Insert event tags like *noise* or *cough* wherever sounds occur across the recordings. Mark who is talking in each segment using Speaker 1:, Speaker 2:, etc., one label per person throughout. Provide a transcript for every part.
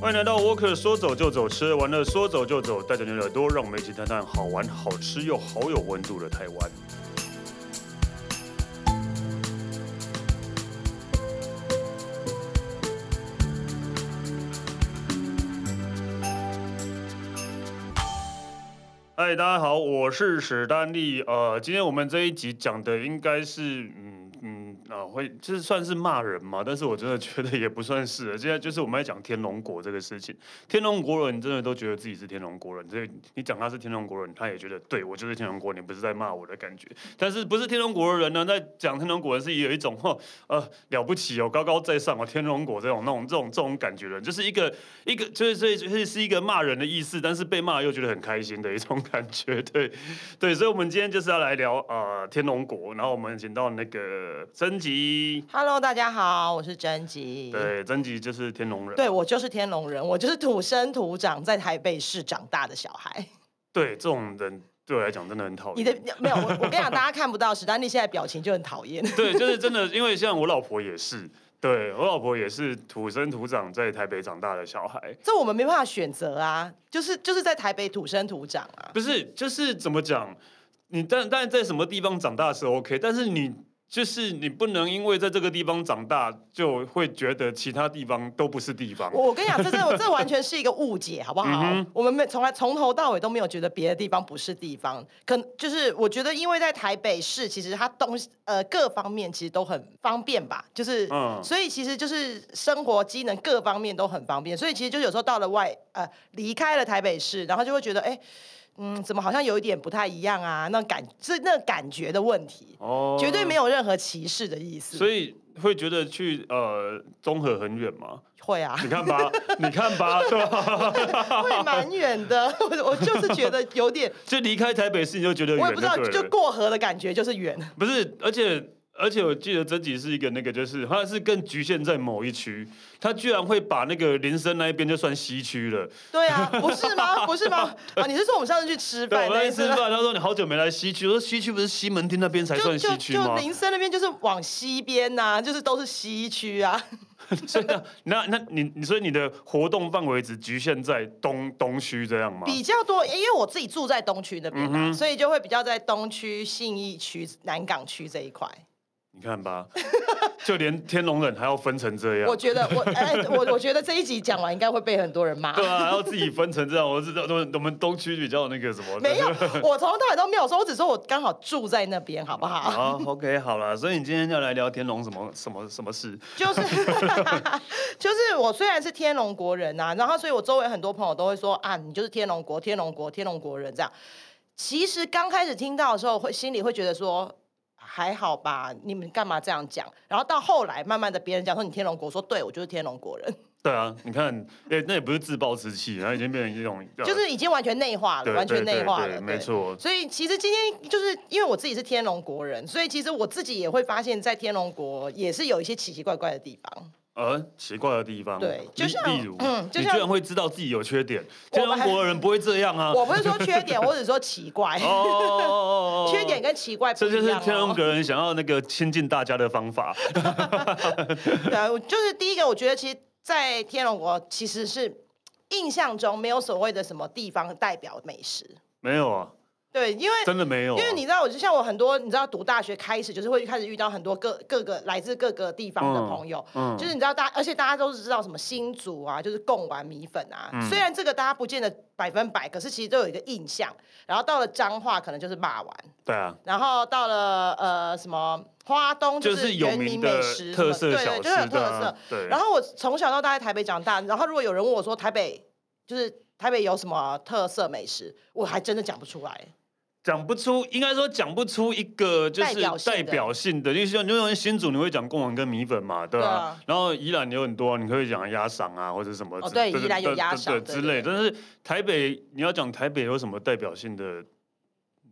Speaker 1: 欢迎来到 Walker，说走就走，吃完了说走就走，带着你的耳朵，让我们一起探探好玩、好吃又好有温度的台湾。嗨，哎大家好，我是史丹利。呃，今天我们这一集讲的应该是，嗯嗯啊、会这算是骂人嘛？但是我真的觉得也不算是。现在就是我们在讲天龙国这个事情，天龙国人真的都觉得自己是天龙国人，所以你讲他是天龙国人，他也觉得对我就是天龙国，你不是在骂我的感觉。但是不是天龙国的人呢，在讲天龙国人是有一种哦呃了不起哦，高高在上哦，天龙国这种那种这种这种感觉的人，就是一个一个就是所以就是是一个骂人的意思，但是被骂又觉得很开心的一 *laughs* 种感觉，对对，所以我们今天就是要来聊呃天龙国，然后我们请到那个曾吉，
Speaker 2: Hello，大家好，我是甄吉。
Speaker 1: 对，曾吉就是天龙人，
Speaker 2: 对，我就是天龙人，我就是土生土长在台北市长大的小孩。
Speaker 1: 对这种人对我来讲真的很讨厌。
Speaker 2: 哦你的没有，我我跟你讲，大家看不到史丹利现在表情就很讨厌。 *laughs*
Speaker 1: 对，就是真的，因为像我老婆也是，对我老婆也是土生土长在台北长大的小孩，
Speaker 2: 这我们没办法选择啊，就是就是在台北土生土长啊。
Speaker 1: 不是，就是怎么讲？你但但在什么地方长大是 OK，但是你就是你不能因为在这个地方长大，就会觉得其他地方都不是地方。
Speaker 2: 我我跟你讲，这这这完全是一个误解，好不好？
Speaker 1: 嗯
Speaker 2: 我们没从来从头到尾都没有觉得别的地方不是地方，可就是我觉得，因为在台北市，其实它东西呃各方面其实都很方便吧，就是、
Speaker 1: 嗯
Speaker 2: 所以其实就是生活机能各方面都很方便，所以其实就有时候到了外呃离开了台北市，然后就会觉得哎。嗯，怎么好像有一点不太一样啊？那感是那感觉的问题，
Speaker 1: 哦
Speaker 2: 绝对没有任何歧视的意思。
Speaker 1: 所
Speaker 2: 以
Speaker 1: 以会觉得去呃综合很远吗？
Speaker 2: 会
Speaker 1: *laughs*
Speaker 2: 啊，
Speaker 1: 你看吧，你看吧，对吧？ *laughs*
Speaker 2: 会蛮远的。我我就是觉得有点
Speaker 1: 就离开台北市你就觉得远
Speaker 2: 我
Speaker 1: 就
Speaker 2: 也不知道，
Speaker 1: 对
Speaker 2: 就
Speaker 1: 了
Speaker 2: 过河的感觉就是远。
Speaker 1: 不是，而且而且我记得曾吉是一个那个，就是他是更局限在某一区，他居然会把那个林森那一边就算西区了。
Speaker 2: 对啊，不是吗？不是吗？啊，你是说我们上次去吃
Speaker 1: 对，
Speaker 2: 饭
Speaker 1: 我
Speaker 2: 那
Speaker 1: 那
Speaker 2: 一
Speaker 1: 天吃
Speaker 2: 次吗？
Speaker 1: 饭，他说你好久没来西区，我说西区不是西门町那边才
Speaker 2: 就
Speaker 1: 算
Speaker 2: 就
Speaker 1: 西区
Speaker 2: 就
Speaker 1: 吗？
Speaker 2: 林森那边就是往西边呐、就是都是西区啊。
Speaker 1: 所以那那你你所以你的活动范围只局限在东东区这样吗？
Speaker 2: 比较多，因为我自己住在东区那边
Speaker 1: 嗯
Speaker 2: 嘛、所以就会比较在东区、信义区、南港区这一块。
Speaker 1: 你看吧， *laughs* 就连天龙人还要分成这样
Speaker 2: 我。觉得我哎、我我觉得这一集讲完应该会被很多人骂。
Speaker 1: 对啊，还要自己分成这样，我知道，我们我们东区比较那个什么，
Speaker 2: 没有，我从头到尾都没有说，我只说我刚好住在那边，好不好？
Speaker 1: 好，OK，好了，所以你今天要来聊天龙什么什么什么事？
Speaker 2: 就是 *laughs* 就是我虽然是天龙国人啊，然后所以我周围很多朋友都会说啊，你就是天龙国、天龙国、天龙国人这样。其实刚开始听到的时候，会心里会觉得说。还好吧，你们干嘛这样讲？然后到后来，慢慢的别人讲说你天龙国，说对我就是天龙国
Speaker 1: *laughs*
Speaker 2: 人，
Speaker 1: 对啊，你看，哎、那也不是自暴自弃，然后已经变成一种，呃
Speaker 2: 就是已经完全内化了，
Speaker 1: 对
Speaker 2: 完
Speaker 1: 对
Speaker 2: 全内
Speaker 1: 对
Speaker 2: 化
Speaker 1: 对
Speaker 2: 了，
Speaker 1: 没
Speaker 2: 对
Speaker 1: 错
Speaker 2: 所以其实今天就是因为我自己是天龙国人，所以其实我自己也会发现，在天龙国也是有一些奇奇怪怪的地方。
Speaker 1: 呃奇怪的地方。
Speaker 2: 对就
Speaker 1: 例
Speaker 2: 像
Speaker 1: 例如，
Speaker 2: 嗯就
Speaker 1: 你
Speaker 2: 像
Speaker 1: 居然会知道自己有缺点，
Speaker 2: 我
Speaker 1: 天龙
Speaker 2: 还
Speaker 1: 国人不会这样啊。
Speaker 2: *laughs* 我不是说缺点，我只是说
Speaker 1: *laughs*
Speaker 2: 奇怪。
Speaker 1: 哦哦哦哦哦，
Speaker 2: *laughs* 缺点。跟奇怪不
Speaker 1: 这就
Speaker 2: 一
Speaker 1: 是
Speaker 2: 样、哦。
Speaker 1: 天龙国人想要那个亲近大家的方法，
Speaker 2: *laughs* 对啊，我就是第一个，我觉得其实，在天龙国其实是印象中没有所谓的什么地方代表美食，
Speaker 1: 没有啊，
Speaker 2: *laughs* 对，因为。
Speaker 1: 真的没有、啊。
Speaker 2: 因为你知道，我就像我很多，你知道读大学开始就是会开始遇到很多各各个来自各个地方的朋友，
Speaker 1: 嗯嗯
Speaker 2: 就是你知道大，而且大家都知道什么新竹啊，就是贡丸米粉啊。
Speaker 1: 嗯
Speaker 2: 虽然这个大家不见得百分百，可是其实都有一个印象。然后到了彰化，可能就是骂丸，
Speaker 1: 对啊，
Speaker 2: 然后到了呃什么花东，
Speaker 1: 就是是有
Speaker 2: 原
Speaker 1: 名
Speaker 2: 民
Speaker 1: 的
Speaker 2: 美食
Speaker 1: 特色
Speaker 2: 什
Speaker 1: 小
Speaker 2: 么
Speaker 1: 吃
Speaker 2: 对对，就是有特
Speaker 1: 对啊
Speaker 2: 色。
Speaker 1: 对
Speaker 2: 然后我从小到大在台北长大，然后如果有人问我说台北就是台北有什么特色美食，我还真的讲不出来。
Speaker 1: 讲不出，应该说讲不出一个就是
Speaker 2: 代表性的
Speaker 1: 代表性的，就是像你有新竹你会讲贡丸跟米粉嘛，对吧、
Speaker 2: 对啊
Speaker 1: 然后宜兰有很多，你可以讲鸭嗓啊或者什么之，
Speaker 2: 哦对
Speaker 1: 就是
Speaker 2: 宜兰有鸭嗓
Speaker 1: 对对
Speaker 2: 对
Speaker 1: 之
Speaker 2: 对
Speaker 1: 类。但是台北你要讲台北有什么代表性的，嗯，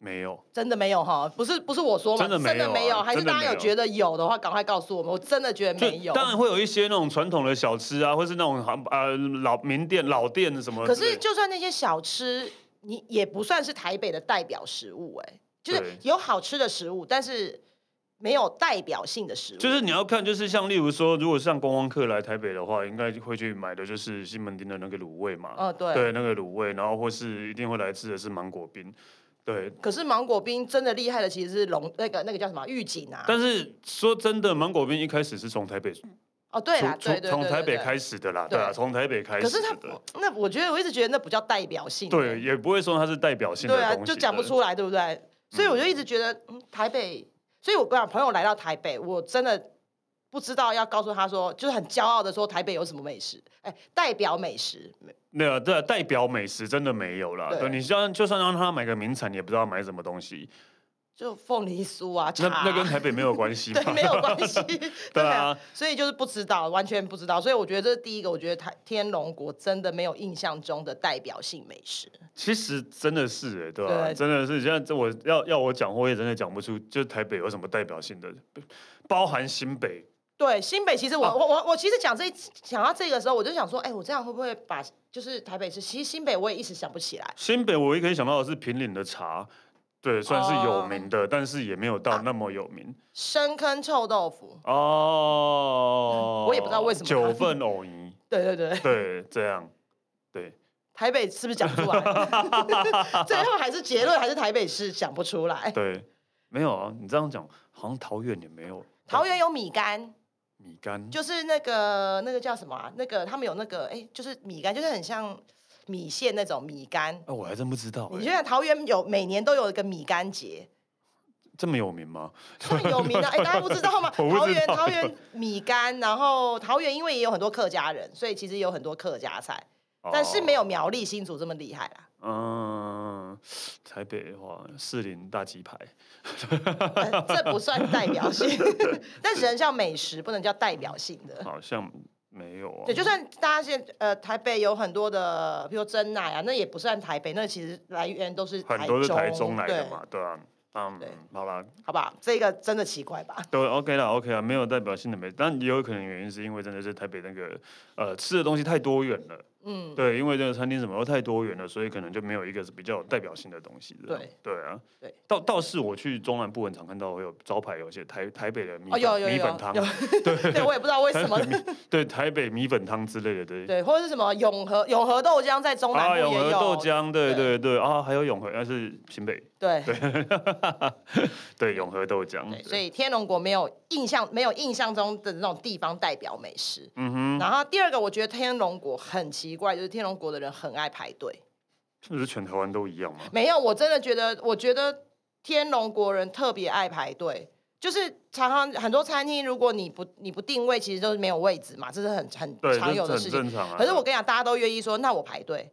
Speaker 1: 没有。
Speaker 2: 真的没有哈，不是不是我说嘛，
Speaker 1: 真的没有啊
Speaker 2: 还是
Speaker 1: 真的
Speaker 2: 大家
Speaker 1: 没有
Speaker 2: 有觉得有的话，赶快告诉我们，我真的觉得
Speaker 1: 就
Speaker 2: 没有。
Speaker 1: 当然会有一些那种传统的小吃啊，或是那种呃老名店、老店什么之
Speaker 2: 可
Speaker 1: 类的。
Speaker 2: 是就算那些小吃，你也不算是台北的代表食物哎、就是
Speaker 1: 对
Speaker 2: 有好吃的食物，但是没有代表性的食物。
Speaker 1: 就是你要看，就是像例如说，如果像观光客来台北的话，应该会去买的就是西门町的那个卤味嘛，
Speaker 2: 嗯、对。
Speaker 1: 对，那个卤味，然后或是一定会来吃的是芒果冰，对。
Speaker 2: 可是芒果冰真的厉害的其实是龙那个那个叫什么预警啊？
Speaker 1: 但是说真的，芒果冰一开始是从台北从
Speaker 2: 哦，对啦，对
Speaker 1: 从
Speaker 2: 对
Speaker 1: 从台北。
Speaker 2: 对对对
Speaker 1: 开始的啦，对啊，
Speaker 2: 对
Speaker 1: 从台北开
Speaker 2: 可
Speaker 1: 始
Speaker 2: 是它
Speaker 1: 的，
Speaker 2: 那我觉得我一直觉得那不叫代表性的。
Speaker 1: 对，也不会说它是代表性的嗯
Speaker 2: 对啊，
Speaker 1: 东西，
Speaker 2: 就讲不
Speaker 1: 对
Speaker 2: 出来，对不对？所以我就一直觉得，嗯，台北，所以我跟我朋友来到台北，我真的不知道要告诉他说，就是很骄傲的说台北有什么美食，哎，代表美食，
Speaker 1: 那个对啊代表美食真的没有啦。
Speaker 2: 对
Speaker 1: 对，你像就算让他买个名产，也不知道买什么东西。
Speaker 2: 就凤梨酥啊，
Speaker 1: 那
Speaker 2: 茶啊
Speaker 1: 那跟台北没有关
Speaker 2: *laughs*
Speaker 1: 系嘛 *laughs*
Speaker 2: 对，没有关系，
Speaker 1: 对
Speaker 2: 没
Speaker 1: 啊
Speaker 2: 有，所以就是不知道，完全不知道，所以我觉得这是第一个，我觉得台天龙国真的没有印象中的代表性美食，
Speaker 1: 其实真的是哎、对吧、
Speaker 2: 对
Speaker 1: 真的是，现在这我要要我讲，我也真的讲不出，就是台北有什么代表性的，包含新北。
Speaker 2: 对，新北其实我、
Speaker 1: 啊
Speaker 2: 我我我其实讲这一讲到这个时候，我就想说，哎，我这样会不会把就是台北市，其实新北我也一时想不起来。
Speaker 1: 新北我唯一可以想到的是平岭的茶，对，算是
Speaker 2: 哦
Speaker 1: 有名的，但是也没有到那么有名
Speaker 2: 深坑臭豆腐，
Speaker 1: 哦。
Speaker 2: 我也不知道为什么
Speaker 1: 九份藕泥，
Speaker 2: 对对对，
Speaker 1: 对，这样，对，
Speaker 2: 台北是不是讲不出来？ *laughs* 最后还是结论还是台北市讲不
Speaker 1: *laughs*
Speaker 2: 出来。
Speaker 1: 对，没有啊，你这样讲，好像桃园也没有
Speaker 2: 桃园有米干，
Speaker 1: 米干，
Speaker 2: 就是那个那个叫什么、啊？那个他们有那个哎、就是米干，就是很像米线那种米干。
Speaker 1: 哎、我还真不知道、
Speaker 2: 你
Speaker 1: 哎
Speaker 2: 就想桃园有每年都有一个米
Speaker 1: *laughs*
Speaker 2: 干节，
Speaker 1: 这么有名吗？
Speaker 2: 算有名的、哎、大家不知道吗？
Speaker 1: *laughs* 我不知道
Speaker 2: 桃园桃园米干，然后桃园因为也有很多客家人，所以其实有很多客家菜，
Speaker 1: 哦
Speaker 2: 但是没有苗栗新竹这么厉害啦。
Speaker 1: 嗯，台北的话，士林大鸡排，
Speaker 2: 呃这不算代表
Speaker 1: *laughs*
Speaker 2: 性，但只能叫美食，不能叫代表性的。
Speaker 1: 好像没有啊。
Speaker 2: 对，就算大家现呃台北有很多的，比如说真奶啊，那也不算台北，那其实来源都是
Speaker 1: 很多是台中来的
Speaker 2: 对
Speaker 1: 嘛，对啊，嗯
Speaker 2: 对，
Speaker 1: 好啦，
Speaker 2: 好不好？这个真的奇怪吧？
Speaker 1: 都 OK 啦，OK 啊，没有代表性的美，但也有可能原因是因为真的是台北那个呃吃的东西太多元了，
Speaker 2: 嗯，
Speaker 1: 对，因为这个餐厅什么都太多元了，所以可能就没有一个是比较有代表性的东西。这样
Speaker 2: 对，
Speaker 1: 对啊，
Speaker 2: 对。
Speaker 1: 倒倒是我去中南部很常看到有招牌，有些台台北的米
Speaker 2: 哦，
Speaker 1: 粉
Speaker 2: 有有
Speaker 1: 米
Speaker 2: 有
Speaker 1: 粉汤，
Speaker 2: 有，对，我也不知道为什么，
Speaker 1: 对，台北米粉汤之类的，对。
Speaker 2: 对，或者是什么永和永和豆浆在中南
Speaker 1: 啊，
Speaker 2: 部
Speaker 1: 永
Speaker 2: 也
Speaker 1: 和
Speaker 2: 有，
Speaker 1: 豆浆，对对
Speaker 2: 对
Speaker 1: 对，啊，还有永和，那是新北，
Speaker 2: 对
Speaker 1: 对，永和豆浆
Speaker 2: 对，，所以天龙国没有印象，没有印象中的那种地方代表美食。
Speaker 1: 嗯哼，
Speaker 2: 然后第二个，我觉得天龙国很奇怪，就是天龙国的人很爱排队。
Speaker 1: 是不是全台湾都一样嘛？
Speaker 2: 没有，我真的觉得，我觉得天龙国人特别爱排队，就是常常很多餐厅，如果你不你不定位，其实就是没有位置嘛，这是很
Speaker 1: 对，
Speaker 2: 很常有
Speaker 1: 这
Speaker 2: 的
Speaker 1: 很
Speaker 2: 事情。
Speaker 1: 正常啊。
Speaker 2: 可是我跟你讲，大家都愿意说，那我排队。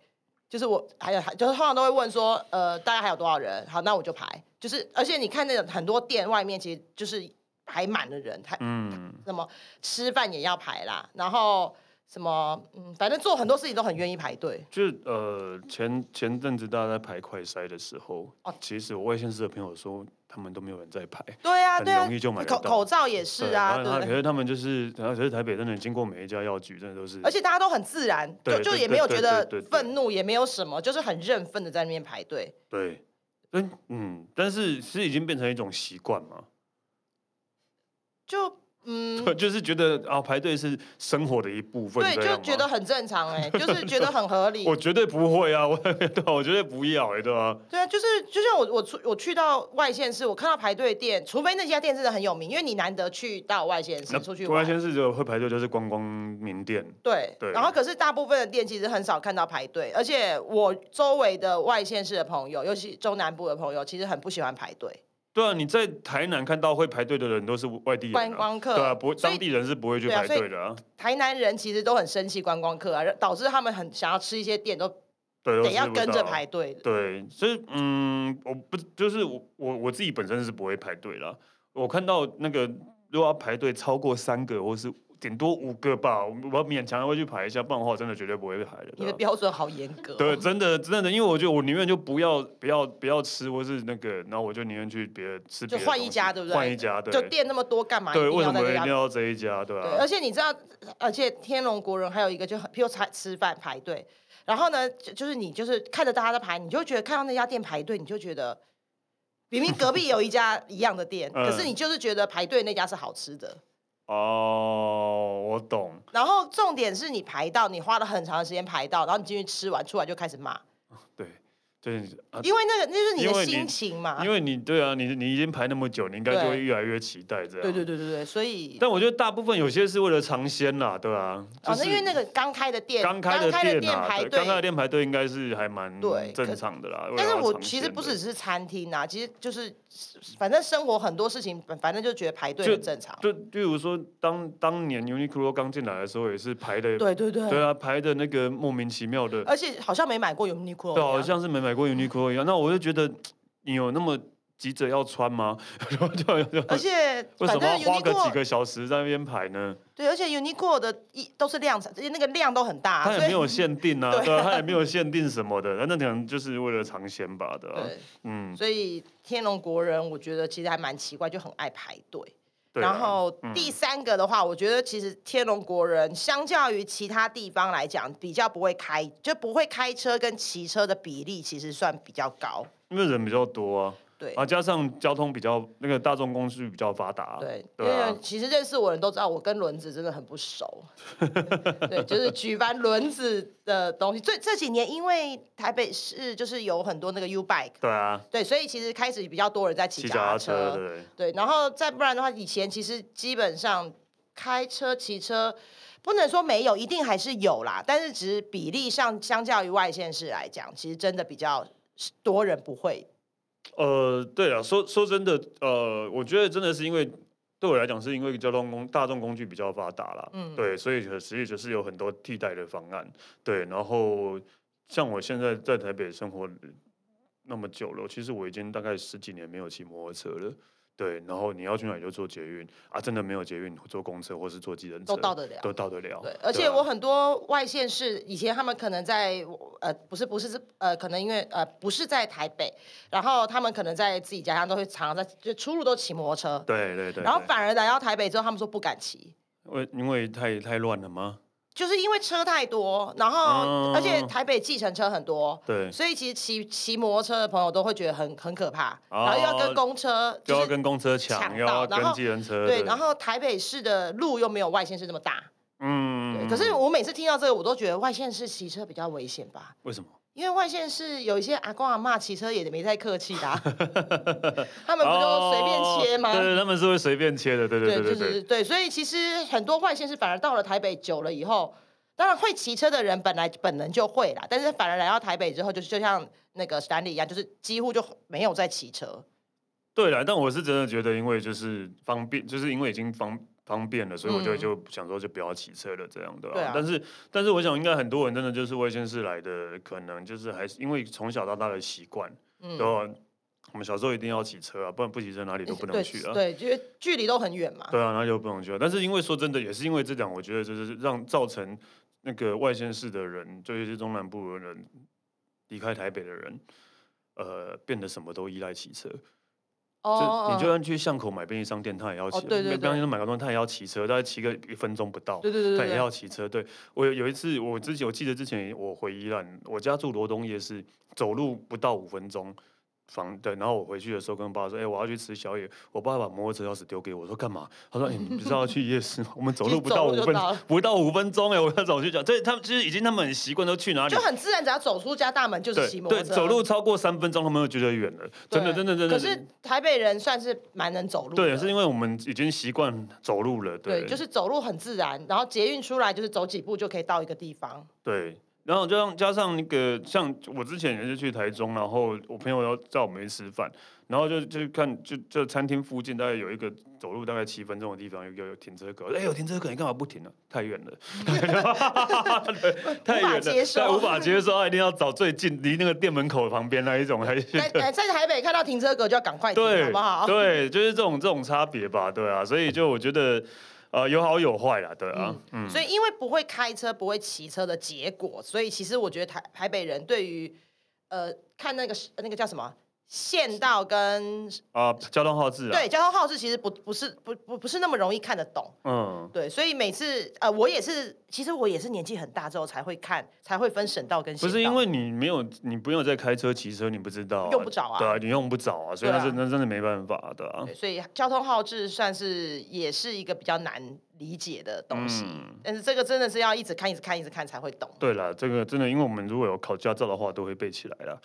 Speaker 2: 就是我还有还就是通常都会问说，呃，大概还有多少人？好，那我就排。就是而且你看那种很多店外面，其实就是排满了人，他
Speaker 1: 嗯，
Speaker 2: 什么吃饭也要排啦，然后什么嗯，反正做很多事情都很愿意排队。
Speaker 1: 就是呃，前前阵子大家在排快筛的时候啊
Speaker 2: 哦，
Speaker 1: 其实我外县市的朋友说，他们都没有人在排。
Speaker 2: 对啊，
Speaker 1: 很
Speaker 2: 对啊，
Speaker 1: 容易就买得
Speaker 2: 口
Speaker 1: 到
Speaker 2: 口罩也是啊，
Speaker 1: 然
Speaker 2: 对
Speaker 1: 后
Speaker 2: 不
Speaker 1: 他
Speaker 2: 对
Speaker 1: 可？是他们就是，然后可是台北真的经过每一家药局，真的都是，
Speaker 2: 而且大家都很自然，就
Speaker 1: 嗯对
Speaker 2: 就
Speaker 1: 对
Speaker 2: 也没有觉得
Speaker 1: 对对对对对
Speaker 2: 愤怒，也没有什么，就是很认份的在那边排队。
Speaker 1: 对，嗯嗯，但是其实已经变成一种习惯嘛，
Speaker 2: 就嗯，
Speaker 1: *laughs* 就是觉得啊，排队是生活的一部分，
Speaker 2: 对，
Speaker 1: 这样
Speaker 2: 就
Speaker 1: 吗
Speaker 2: 觉得很正
Speaker 1: *laughs*
Speaker 2: 常哎、就是觉得很合理
Speaker 1: 我。绝对不会啊，我 *laughs* 对啊我绝对不要哎、对啊？
Speaker 2: 对啊，就是就像我我出我去到外县市，我看到排队店，除非那家店真的很有名，因为你难得去到外县市出去
Speaker 1: 国外
Speaker 2: 玩。
Speaker 1: 先是就会排队，就是观光名店，
Speaker 2: 对，
Speaker 1: 对
Speaker 2: 然后可是大部分的店其实很少看到排队，而且我周围的外县市的朋友，尤其中南部的朋友，其实很不喜欢排队。
Speaker 1: 对啊，你在台南看到会排队的人都是外地人、啊、
Speaker 2: 观光客
Speaker 1: 对啊，不，
Speaker 2: 所以
Speaker 1: 当地人是不会去
Speaker 2: 对啊
Speaker 1: 排
Speaker 2: 所以
Speaker 1: 队的啊，
Speaker 2: 台南人其实都很生气观光客啊，导致他们很想要吃一些店都
Speaker 1: 对，都
Speaker 2: 得要
Speaker 1: 吃不到
Speaker 2: 跟着排。队的。
Speaker 1: 对，所以嗯，我不就是我我我自己本身是不会排队啦。我看到那个如果要排队超过三个或是顶多五个吧，我我勉强会去排一下，不然的话我真的绝对不会排的。
Speaker 2: 你
Speaker 1: 对
Speaker 2: 的
Speaker 1: 啊
Speaker 2: 标准好严格、哦。
Speaker 1: 对，真的真的，因为我觉得我宁愿就不要不要不要吃，或是那个，然后我就宁愿去别的吃别
Speaker 2: 就
Speaker 1: 的
Speaker 2: 换
Speaker 1: 东
Speaker 2: 一
Speaker 1: 西
Speaker 2: 家，对不对？
Speaker 1: 换一家，对，
Speaker 2: 就店那么多，干嘛一
Speaker 1: 对，
Speaker 2: 定
Speaker 1: 为
Speaker 2: 要
Speaker 1: 什
Speaker 2: 在
Speaker 1: 么
Speaker 2: 这
Speaker 1: 一
Speaker 2: 家
Speaker 1: 定？要这一家？对
Speaker 2: 对，
Speaker 1: 啊
Speaker 2: 而，且你知道，而且天龙国人还有一个就很，譬如吃吃饭排队，然后呢，就就是你就是看着大家在排，你就觉得看到那家店排队，你就觉得明明隔壁有一家一样的店，
Speaker 1: *laughs* 嗯
Speaker 2: 可是你就是觉得排队那家是好吃的。
Speaker 1: 哦，我懂，
Speaker 2: 然后重点是你排到，你花了很长的时间排到，然后你进去吃完，出来就开始骂，
Speaker 1: 对，就是啊，
Speaker 2: 因为那个那就是你
Speaker 1: 因为
Speaker 2: 的
Speaker 1: 你
Speaker 2: 心情嘛。
Speaker 1: 因为你对啊，你你已经排那么久，你应该就会
Speaker 2: 对
Speaker 1: 越来越期待这样。
Speaker 2: 对对对对对，所以
Speaker 1: 但我觉得大部分有些是为了尝鲜啦，对啊，就
Speaker 2: 哦，
Speaker 1: 是
Speaker 2: 那因为那个刚开的店，
Speaker 1: 刚开
Speaker 2: 的
Speaker 1: 的店啊，
Speaker 2: 排
Speaker 1: 对
Speaker 2: 队
Speaker 1: 刚开的，店排队应该是还蛮
Speaker 2: 对可
Speaker 1: 正常的啦。为了
Speaker 2: 但是
Speaker 1: 要
Speaker 2: 我
Speaker 1: 尝
Speaker 2: 其
Speaker 1: 鲜
Speaker 2: 实不
Speaker 1: 的
Speaker 2: 只是餐厅啊，其实就是反正生活很多事情，反反正就觉得排队
Speaker 1: 就
Speaker 2: 很正常。
Speaker 1: 就例如说，当当年 Uniqlo 刚进来的时候，也是排的，
Speaker 2: 对对对，
Speaker 1: 啊，排的那个莫名其妙的，
Speaker 2: 而且好像没买过 Uniqlo，
Speaker 1: 对，啊
Speaker 2: 一
Speaker 1: 好
Speaker 2: 样
Speaker 1: 像是没买过 Uniqlo 一样。那我就觉得你有那么急着要穿吗？ *laughs* 然后就就
Speaker 2: 而且
Speaker 1: 为什
Speaker 2: 反
Speaker 1: 么
Speaker 2: 正
Speaker 1: 要花个几
Speaker 2: Uniqlo
Speaker 1: 个小时在那边排呢？
Speaker 2: 对，而且 Uniqlo 的一都是量产，而且那个量都很大，
Speaker 1: 它也
Speaker 2: 啊所以
Speaker 1: 没有限定啊，
Speaker 2: *laughs* 对啊
Speaker 1: 对啊，它也没有限定什么的，那那可能就是为了尝鲜吧，对吧？
Speaker 2: 对，
Speaker 1: 嗯，
Speaker 2: 所以天龙国人我觉得其实还蛮奇怪，就很爱排队。
Speaker 1: 对啊。
Speaker 2: 然后第三个的话，我觉得其实天龙国人相较于其他地方来讲，比较不会开，就不会开车跟骑车的比例其实算比较高。
Speaker 1: 因为人比较多啊，
Speaker 2: 对、
Speaker 1: 啊，加上交通比较那个大众工具比较发达、
Speaker 2: 对，因
Speaker 1: 对啊
Speaker 2: 为，其实认识我的人都知道，我跟轮子真的很
Speaker 1: *laughs*
Speaker 2: 不熟。对，就是举办轮子的东西。最这几年因为台北市就是有很多那个 U bike，
Speaker 1: 对啊，
Speaker 2: 对，所以其实开始比较多人在骑
Speaker 1: 骑
Speaker 2: 脚
Speaker 1: 脚踏
Speaker 2: 踏
Speaker 1: 车，
Speaker 2: 车。
Speaker 1: 对，
Speaker 2: 对，然后再不然的话，以前其实基本上开车、骑车，不能说没有，一定还是有啦，但是只是比例上，相较于外县市来讲，其实真的比较多人不会。
Speaker 1: 呃，对啊，说说真的，呃，我觉得真的是因为对我来讲，是因为交通工大众工具比较发达啦，
Speaker 2: 嗯
Speaker 1: 对，所以可实际就是有很多替代的方案，对，然后像我现在在台北生活那么久了，其实我已经大概十几年没有骑摩托车了。对，然后你要去哪里就坐捷运啊，真的没有捷运，坐公车或是坐计程车
Speaker 2: 都到得了
Speaker 1: 都到得了。
Speaker 2: 对，而且
Speaker 1: 啊
Speaker 2: 我很多外县市，以前他们可能在呃，不是不是呃，可能因为呃不是在台北，然后他们可能在自己家乡都会常常在就出入都骑摩托车，
Speaker 1: 对对对，
Speaker 2: 然后
Speaker 1: 对
Speaker 2: 反而来到台北之后，他们说不敢骑。
Speaker 1: 为因为太太乱了吗？
Speaker 2: 就是因为车太多，然后、
Speaker 1: 嗯
Speaker 2: 而且台北计程车很多，
Speaker 1: 对，
Speaker 2: 所以其实骑骑摩托车的朋友都会觉得很很可怕，
Speaker 1: 哦
Speaker 2: 然后又要跟公车，
Speaker 1: 就要
Speaker 2: 是
Speaker 1: 跟公车抢，
Speaker 2: 抢
Speaker 1: 又
Speaker 2: 到
Speaker 1: 要
Speaker 2: 然
Speaker 1: 跟
Speaker 2: 后
Speaker 1: 计程车，
Speaker 2: 对，然后台北市的路又没有外县市这么大，对
Speaker 1: 嗯，
Speaker 2: 可是我每次听到这个，我都觉得外县市骑车比较危险吧。
Speaker 1: 为什么？
Speaker 2: 因为外县市有一些阿公阿妈骑车也没太客气的啊、 *laughs* 他们不就随便切吗？
Speaker 1: 哦对对，他们是会随便切的，对对对
Speaker 2: 就
Speaker 1: 对
Speaker 2: 是对，所以其实很多外县市反而到了台北久了以后，当然会骑车的人本来本能就会啦，但是反而来到台北之后，就是就像那个 Stanley 一样，就是几乎就没有在骑车。
Speaker 1: 对啦，但我是真的觉得，因为就是方便，就是因为已经方方便了，所以我就
Speaker 2: 嗯
Speaker 1: 就想说就不要骑车了，这样对吧？
Speaker 2: 对啊
Speaker 1: 但是但是我想，应该很多人真的就是外县市来的，可能就是还是因为从小到大的习惯，
Speaker 2: 嗯
Speaker 1: 对吧？我们小时候一定要骑车啊，不然不骑车哪里都不能
Speaker 2: 对
Speaker 1: 去啊。
Speaker 2: 对，就是距离都很远嘛。
Speaker 1: 对啊，那就不能去了。但是因为说真的，也是因为这点，我觉得就是让造成那个外县市的人，就一些中南部的人离开台北的人，呃，变得什么都依赖骑车。就你就算去巷口买便利商店，他也要骑，
Speaker 2: 哦对对对
Speaker 1: 便利商店买个东西，他也要骑车，大概骑个一分钟不到。
Speaker 2: 对对对
Speaker 1: 他
Speaker 2: 对
Speaker 1: 也
Speaker 2: 对，
Speaker 1: 要骑车，对我有有一次，我之前我记得之前我回宜兰，我家住罗东夜市，走路不到五分钟，房对，然后我回去的时候跟我爸说，哎、我要去吃宵夜，我爸把摩托车钥匙丢给我，我说干嘛？他说、哎你不是要去夜市吗？我
Speaker 2: *laughs*
Speaker 1: 们走
Speaker 2: 其
Speaker 1: 路
Speaker 2: 实
Speaker 1: 不
Speaker 2: 走
Speaker 1: 到
Speaker 2: 路
Speaker 1: 五
Speaker 2: 就
Speaker 1: 分
Speaker 2: 到了
Speaker 1: 不到五分钟哎、我要走去讲，这他们就是已经他们很习惯都去哪里
Speaker 2: 就。很自然，只要走出家大门就是骑
Speaker 1: 对
Speaker 2: 摩托
Speaker 1: 对，
Speaker 2: 车。啊
Speaker 1: 走路超过三分钟，他们就觉得远了。真的，
Speaker 2: 对
Speaker 1: 真的，真的。
Speaker 2: 可是台北人算是蛮能走路的。
Speaker 1: 对，是因为我们已经习惯走路了。
Speaker 2: 对，就是走路很自然，然后捷运出来就是走几步就可以到一个地方。
Speaker 1: 对，然后加上加上那个，像我之前也是去台中，然后我朋友要叫我们去吃饭，然后就就看就就餐厅附近大概有一个走路大概七分钟的地方有有有停车格，哎、有停车格，你干嘛不停呢、啊太远
Speaker 2: *laughs*
Speaker 1: 了，对太远
Speaker 2: 无法
Speaker 1: 了，
Speaker 2: 接受
Speaker 1: 对无法接受，一定要找最近离那个店门口旁边那一种，还是
Speaker 2: *laughs* 在呃在台北看到停车格就要赶快停，
Speaker 1: 对，
Speaker 2: 好不好？
Speaker 1: 对，就是这种这种差别吧，对啊，所以就我觉得呃有好有坏啦，对啊，嗯
Speaker 2: 所以因为不会开车、不会骑车的结果，所以其实我觉得台台北人对于呃看那个那个叫什么县道跟
Speaker 1: 啊，交通号志啊，
Speaker 2: 对交通号志其实不不是不不不是那么容易看得懂。
Speaker 1: 嗯，
Speaker 2: 对，所以每次呃，我也是，其实我也是年纪很大之后才会看，才会分省道跟县
Speaker 1: 不
Speaker 2: 道。
Speaker 1: 是因为你没有，你不用再开车骑车，你不知道、啊，
Speaker 2: 用不着啊
Speaker 1: 对啊，你用不着啊，所以
Speaker 2: 对
Speaker 1: 那
Speaker 2: 啊
Speaker 1: 真那真的没办法的、啊
Speaker 2: 对，所以交通号志算是也是一个比较难理解的东西，
Speaker 1: 嗯
Speaker 2: 但是这个真的是要一直看、一直看、一直看才会懂。
Speaker 1: 对了，这个真的，因为我们如果有考驾照的话，都会背起来
Speaker 2: *laughs*
Speaker 1: 了。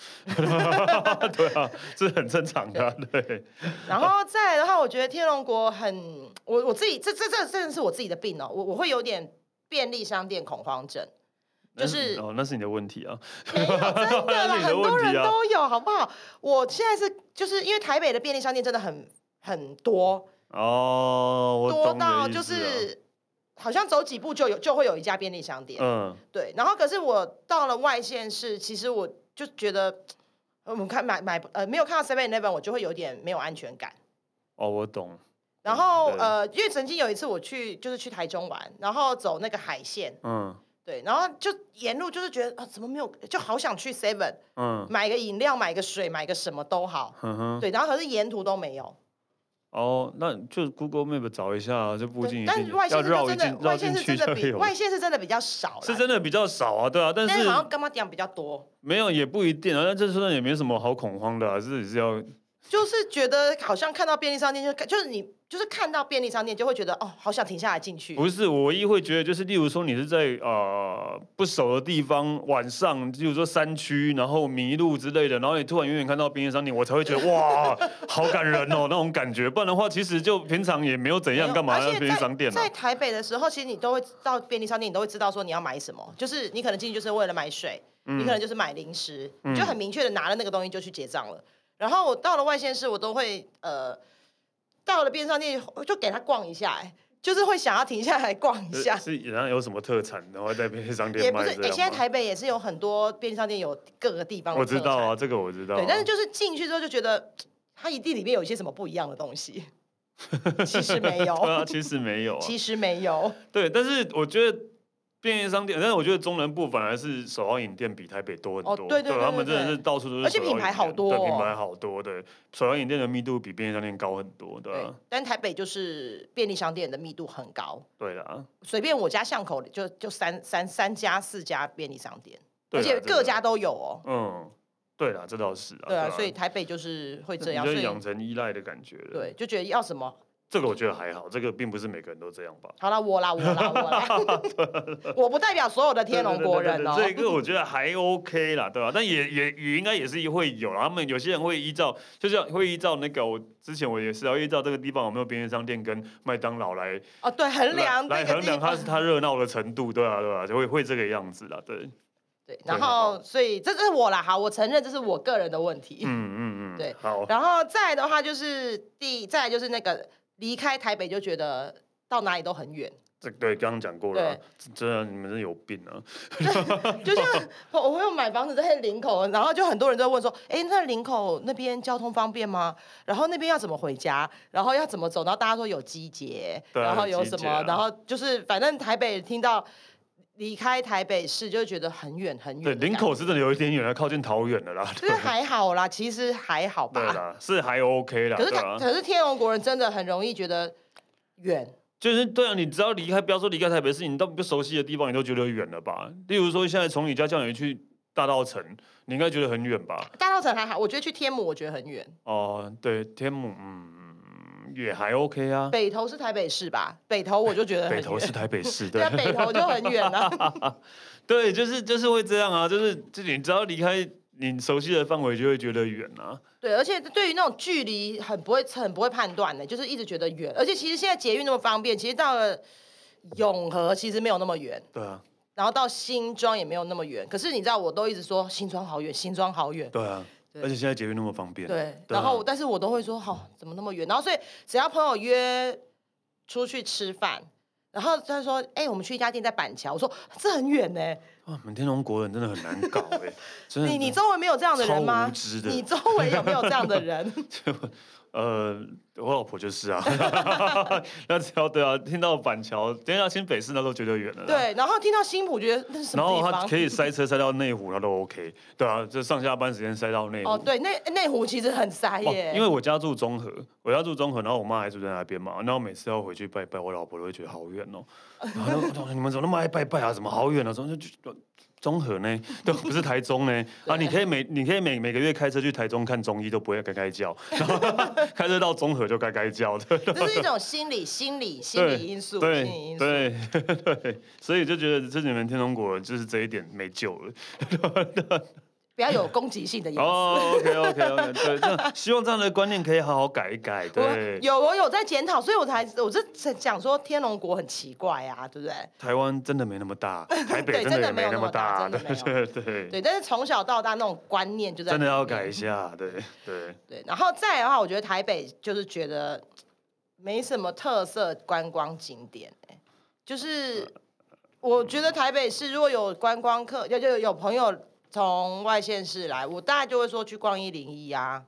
Speaker 1: 对啊，这很正常的啊、对， *laughs*
Speaker 2: 然后再来的话，我觉得天龙国很，我我自己这这这真的是我自己的病哦，我我会有点便利商店恐慌
Speaker 1: *laughs*
Speaker 2: 症，就
Speaker 1: 那
Speaker 2: 是
Speaker 1: 哦，那是你的问题啊。
Speaker 2: 没有，真的啦，
Speaker 1: 那是你的
Speaker 2: 很多
Speaker 1: 问
Speaker 2: 人
Speaker 1: 题啊
Speaker 2: 都有，好不好？我现在是就是因为台北的便利商店真的很很多，
Speaker 1: 哦，我
Speaker 2: 多
Speaker 1: 懂你的
Speaker 2: 到
Speaker 1: 意
Speaker 2: 就
Speaker 1: 思啊
Speaker 2: 是好像走几步就有就会有一家便利商店，
Speaker 1: 嗯，
Speaker 2: 对。然后可是我到了外县市，其实我就觉得。呃我们看买买呃没有看到 Seven Eleven，我就会有点没有安全感。
Speaker 1: 哦，我懂。
Speaker 2: 然后
Speaker 1: 嗯对
Speaker 2: 呃，因为曾经有一次我去就是去台中玩，然后走那个海线，
Speaker 1: 嗯
Speaker 2: 对，然后就沿路就是觉得啊怎么没有，就好想去 Seven，
Speaker 1: 嗯
Speaker 2: 买个饮料，买个水，买个什么都好。
Speaker 1: 嗯哼。
Speaker 2: 对，然后可是沿途都没有，
Speaker 1: 哦，那就 Google Map 找一下啊，这附近
Speaker 2: 对
Speaker 1: 一
Speaker 2: 但是
Speaker 1: 定
Speaker 2: 外
Speaker 1: 要
Speaker 2: 线是
Speaker 1: 绕
Speaker 2: 真
Speaker 1: 一进
Speaker 2: 的，
Speaker 1: 绕
Speaker 2: 外
Speaker 1: 进
Speaker 2: 线是
Speaker 1: 去才
Speaker 2: 真的比
Speaker 1: 有。
Speaker 2: 外线是真的比较少啦，
Speaker 1: 是真的比较少啊，对啊，但
Speaker 2: 但
Speaker 1: 是
Speaker 2: 是好像干嘛点比较多，
Speaker 1: 没有也不一定啊，那这说也没什么好恐慌的、啊，自己是要
Speaker 2: 嗯就是觉得好像看到便利商店就看就是你就是看到便利商店就会觉得哦，好想停下来进去。
Speaker 1: 不是，我唯一会觉得就是，例如说你是在呃不熟的地方，晚上，例如说山区，然后迷路之类的，然后你突然远远看到便利商店，我才会觉
Speaker 2: *laughs*
Speaker 1: 得哇，好感人哦，那种感觉。不然的话，其实就平常也没有怎
Speaker 2: 没有
Speaker 1: 样，干嘛
Speaker 2: 而
Speaker 1: 要
Speaker 2: 且
Speaker 1: 便利商店呢、啊
Speaker 2: 在在台北的时候，其实你都会到便利商店，你都会知道说你要买什么，就是你可能进去就是为了买水，
Speaker 1: 嗯
Speaker 2: 你可能就是买零食，你就很明确的拿了那个东西就去结账了。然后我到了外县市，我都会呃，到了便利商店我就给他逛一下、哎就是会想要停下来逛一下
Speaker 1: 是。是然后有什么特产，然后在便利商
Speaker 2: 也
Speaker 1: 呃店
Speaker 2: 不
Speaker 1: 卖
Speaker 2: 是，
Speaker 1: 这
Speaker 2: 哎、
Speaker 1: 样
Speaker 2: 现在
Speaker 1: 吗？
Speaker 2: 台北也是有很多便利商店，有各个地方的
Speaker 1: 我知
Speaker 2: 特
Speaker 1: 道
Speaker 2: 产
Speaker 1: 啊，这个我知道啊、
Speaker 2: 对，但是就是进去之后就觉得，它一定里面有一些什么不一样的
Speaker 1: *laughs*
Speaker 2: 东西，其实没
Speaker 1: 对
Speaker 2: 有，
Speaker 1: 啊，其实没有啊，
Speaker 2: 其实没有。
Speaker 1: 对，但是我觉得。便利商店，但是我觉得中南部反而是首摇饮店比台北多很
Speaker 2: 哦
Speaker 1: 多，
Speaker 2: 对对对
Speaker 1: 他们
Speaker 2: 对
Speaker 1: 真的
Speaker 2: 对
Speaker 1: 是到处都是，
Speaker 2: 而且品牌好多
Speaker 1: 对，品
Speaker 2: 哦
Speaker 1: 牌好多，对，首摇饮店的密度比便利商店高很多，对
Speaker 2: 对
Speaker 1: 啊，，
Speaker 2: 但台北就是便利商店的密度很高，
Speaker 1: 对啦，
Speaker 2: 随便我家巷口就就三三三家四家便利商店，
Speaker 1: 对
Speaker 2: 而
Speaker 1: 啦
Speaker 2: 且
Speaker 1: 这
Speaker 2: 各
Speaker 1: 个
Speaker 2: 家都有哦。
Speaker 1: 嗯，对啦，这倒是啊，
Speaker 2: 对啊，所以台北就是会这
Speaker 1: 你
Speaker 2: 样，所
Speaker 1: 就
Speaker 2: 以
Speaker 1: 养成依赖的感觉了。，
Speaker 2: 对就觉得要什么
Speaker 1: 这个我觉得还好，这个并不是每个人都这样吧。
Speaker 2: 好啦，我啦我啦我啦， *laughs* 我不代表所
Speaker 1: *laughs*
Speaker 2: 有的天龙国人
Speaker 1: 对对对
Speaker 2: 哦。
Speaker 1: 对对这个我觉得还 OK 啦，对吧、但也也也应该也是会有啦，他们有些人会依照，就是会依照那个，我之前我也是啊要依照这个地方有没有便利商店跟麦当劳来
Speaker 2: 哦，对，衡量
Speaker 1: 来
Speaker 2: 这
Speaker 1: 来衡
Speaker 2: 个地
Speaker 1: 量它
Speaker 2: 方
Speaker 1: 是。它热闹的程度，对啊对啊，就会会这个样子啦，对，
Speaker 2: 对，然
Speaker 1: 对好
Speaker 2: 后所以这这是我啦，好，我承认这是我个人的问题。
Speaker 1: 嗯嗯嗯，
Speaker 2: 对
Speaker 1: 好，
Speaker 2: 然后再来的话就是第再来就是那个离开台北就觉得到哪里都很远，
Speaker 1: 这对刚刚讲过了啊，真的你们真有病啊，
Speaker 2: 就像我我有买房子在林口，然后就很多人都在问说，哎，那林口那边交通方便吗？然后那边要怎么回家？然后要怎么走？然后大家说有机捷，
Speaker 1: 对啊
Speaker 2: 然后有
Speaker 1: 有机
Speaker 2: 什
Speaker 1: 捷
Speaker 2: 么？
Speaker 1: 啊
Speaker 2: 然后就是反正台北听到离开台北市就觉得很远很远
Speaker 1: 对，
Speaker 2: 的感觉，
Speaker 1: 林口是真的有一点远了，靠近桃园的啦，
Speaker 2: 就是还好啦，其实还好
Speaker 1: 对
Speaker 2: 吧。
Speaker 1: 啦，是还 OK 啦，
Speaker 2: 可是
Speaker 1: 对
Speaker 2: 他
Speaker 1: 啊，
Speaker 2: 可是天龙国人真的很容易觉得远。
Speaker 1: 就是对啊，你只要离开，不要说离开台北市，你到不熟悉的地方，你都觉得远了吧？例如说，现在从你家叫你去大稻城，你应该觉得很远吧？
Speaker 2: 大稻城还好，我觉得去天母我觉得很远，
Speaker 1: 哦、对，天母，嗯，也还 OK 啊。
Speaker 2: 北投是台北市吧？北投我就觉得很
Speaker 1: 北
Speaker 2: 远，
Speaker 1: 投是台北市，
Speaker 2: 对
Speaker 1: 对
Speaker 2: 啊，北投就很远啊。
Speaker 1: *laughs* 对，就是就是会这样啊，就是就你只要离开你熟悉的范围，就会觉得远啊。
Speaker 2: 对，而且对于那种距离很不会很不会判断的，就是一直觉得远。而且其实现在捷运那么方便，其实到了永和其实没有那么远，
Speaker 1: 对啊，
Speaker 2: 然后到新庄也没有那么远。可是你知道，我都一直说新庄好远，新庄好远。
Speaker 1: 对啊，
Speaker 2: 对
Speaker 1: 而且现在捷运那么方便，
Speaker 2: 对，
Speaker 1: 对啊
Speaker 2: 然后但是我都会说，好、怎么那么远？然后所以只要朋友约出去吃饭，然后他说，哎、我们去一家店在板桥，我说这很远呢、
Speaker 1: 哇，你们天龙国人真的很难
Speaker 2: *laughs*
Speaker 1: 搞哎、真的。
Speaker 2: 你你周围没有这样的人
Speaker 1: 超
Speaker 2: 吗
Speaker 1: 无知？的 *laughs* 啊
Speaker 2: 你周围有没有这样的人？
Speaker 1: 就呃，我老婆就是啊， *laughs* 那只要对啊，听到板桥，听到新北市那都觉得远了啦。
Speaker 2: 对，然后听到新浦，觉得那是什
Speaker 1: 然
Speaker 2: 么
Speaker 1: 后
Speaker 2: 地
Speaker 1: 他
Speaker 2: 方？
Speaker 1: 可以塞车塞到内湖，他都 OK。对啊，这上下班时间塞到内湖。
Speaker 2: 哦，对，内内湖其实很塞
Speaker 1: 哦
Speaker 2: 耶，
Speaker 1: 因为我家住中和，我家住中和，然后我妈还住在那边嘛，然后每次要回去拜拜，我老婆都会觉得好远
Speaker 2: *laughs*
Speaker 1: 哦。然后她说你们怎么那么爱拜拜啊？怎么好远啊？中就就中和呢， *laughs* 对，不是台中呢啊！你可以每你可以每每个月开车去台中看中医都不会该该叫， *laughs* 然后开车到中和就该该叫的。*laughs*
Speaker 2: 这是一种心理、心理、心
Speaker 1: 对
Speaker 2: 理因素，心理
Speaker 1: 对
Speaker 2: 因素。
Speaker 1: 对 *laughs* 对，所以就觉得这你们天龙果就是这一点没救了。
Speaker 2: 不要有攻击性的言辞。
Speaker 1: 哦，OK OK OK，对，那希望这样的观念可以好好改一改。对
Speaker 2: *laughs* 我，有我有在检讨，所以我才我就讲说天龙国很奇怪啊，对不对？
Speaker 1: 台湾真的没那么大，台北
Speaker 2: *laughs* 对
Speaker 1: 真
Speaker 2: 真的
Speaker 1: 也
Speaker 2: 没有
Speaker 1: 那
Speaker 2: 那么
Speaker 1: 大，
Speaker 2: 大
Speaker 1: 对
Speaker 2: 真的没
Speaker 1: *laughs* 对对，
Speaker 2: 对，但是从小到大那种观念就在
Speaker 1: 真的要
Speaker 2: 里面
Speaker 1: 改一下，对对。
Speaker 2: 对，然后再来的话，我觉得台北就是觉得没什么特色观光景点、欸，就是
Speaker 1: 呃
Speaker 2: 我觉得台北市如果有观光客，就就有朋友从外县市来，我大概就会说去逛一零一啊，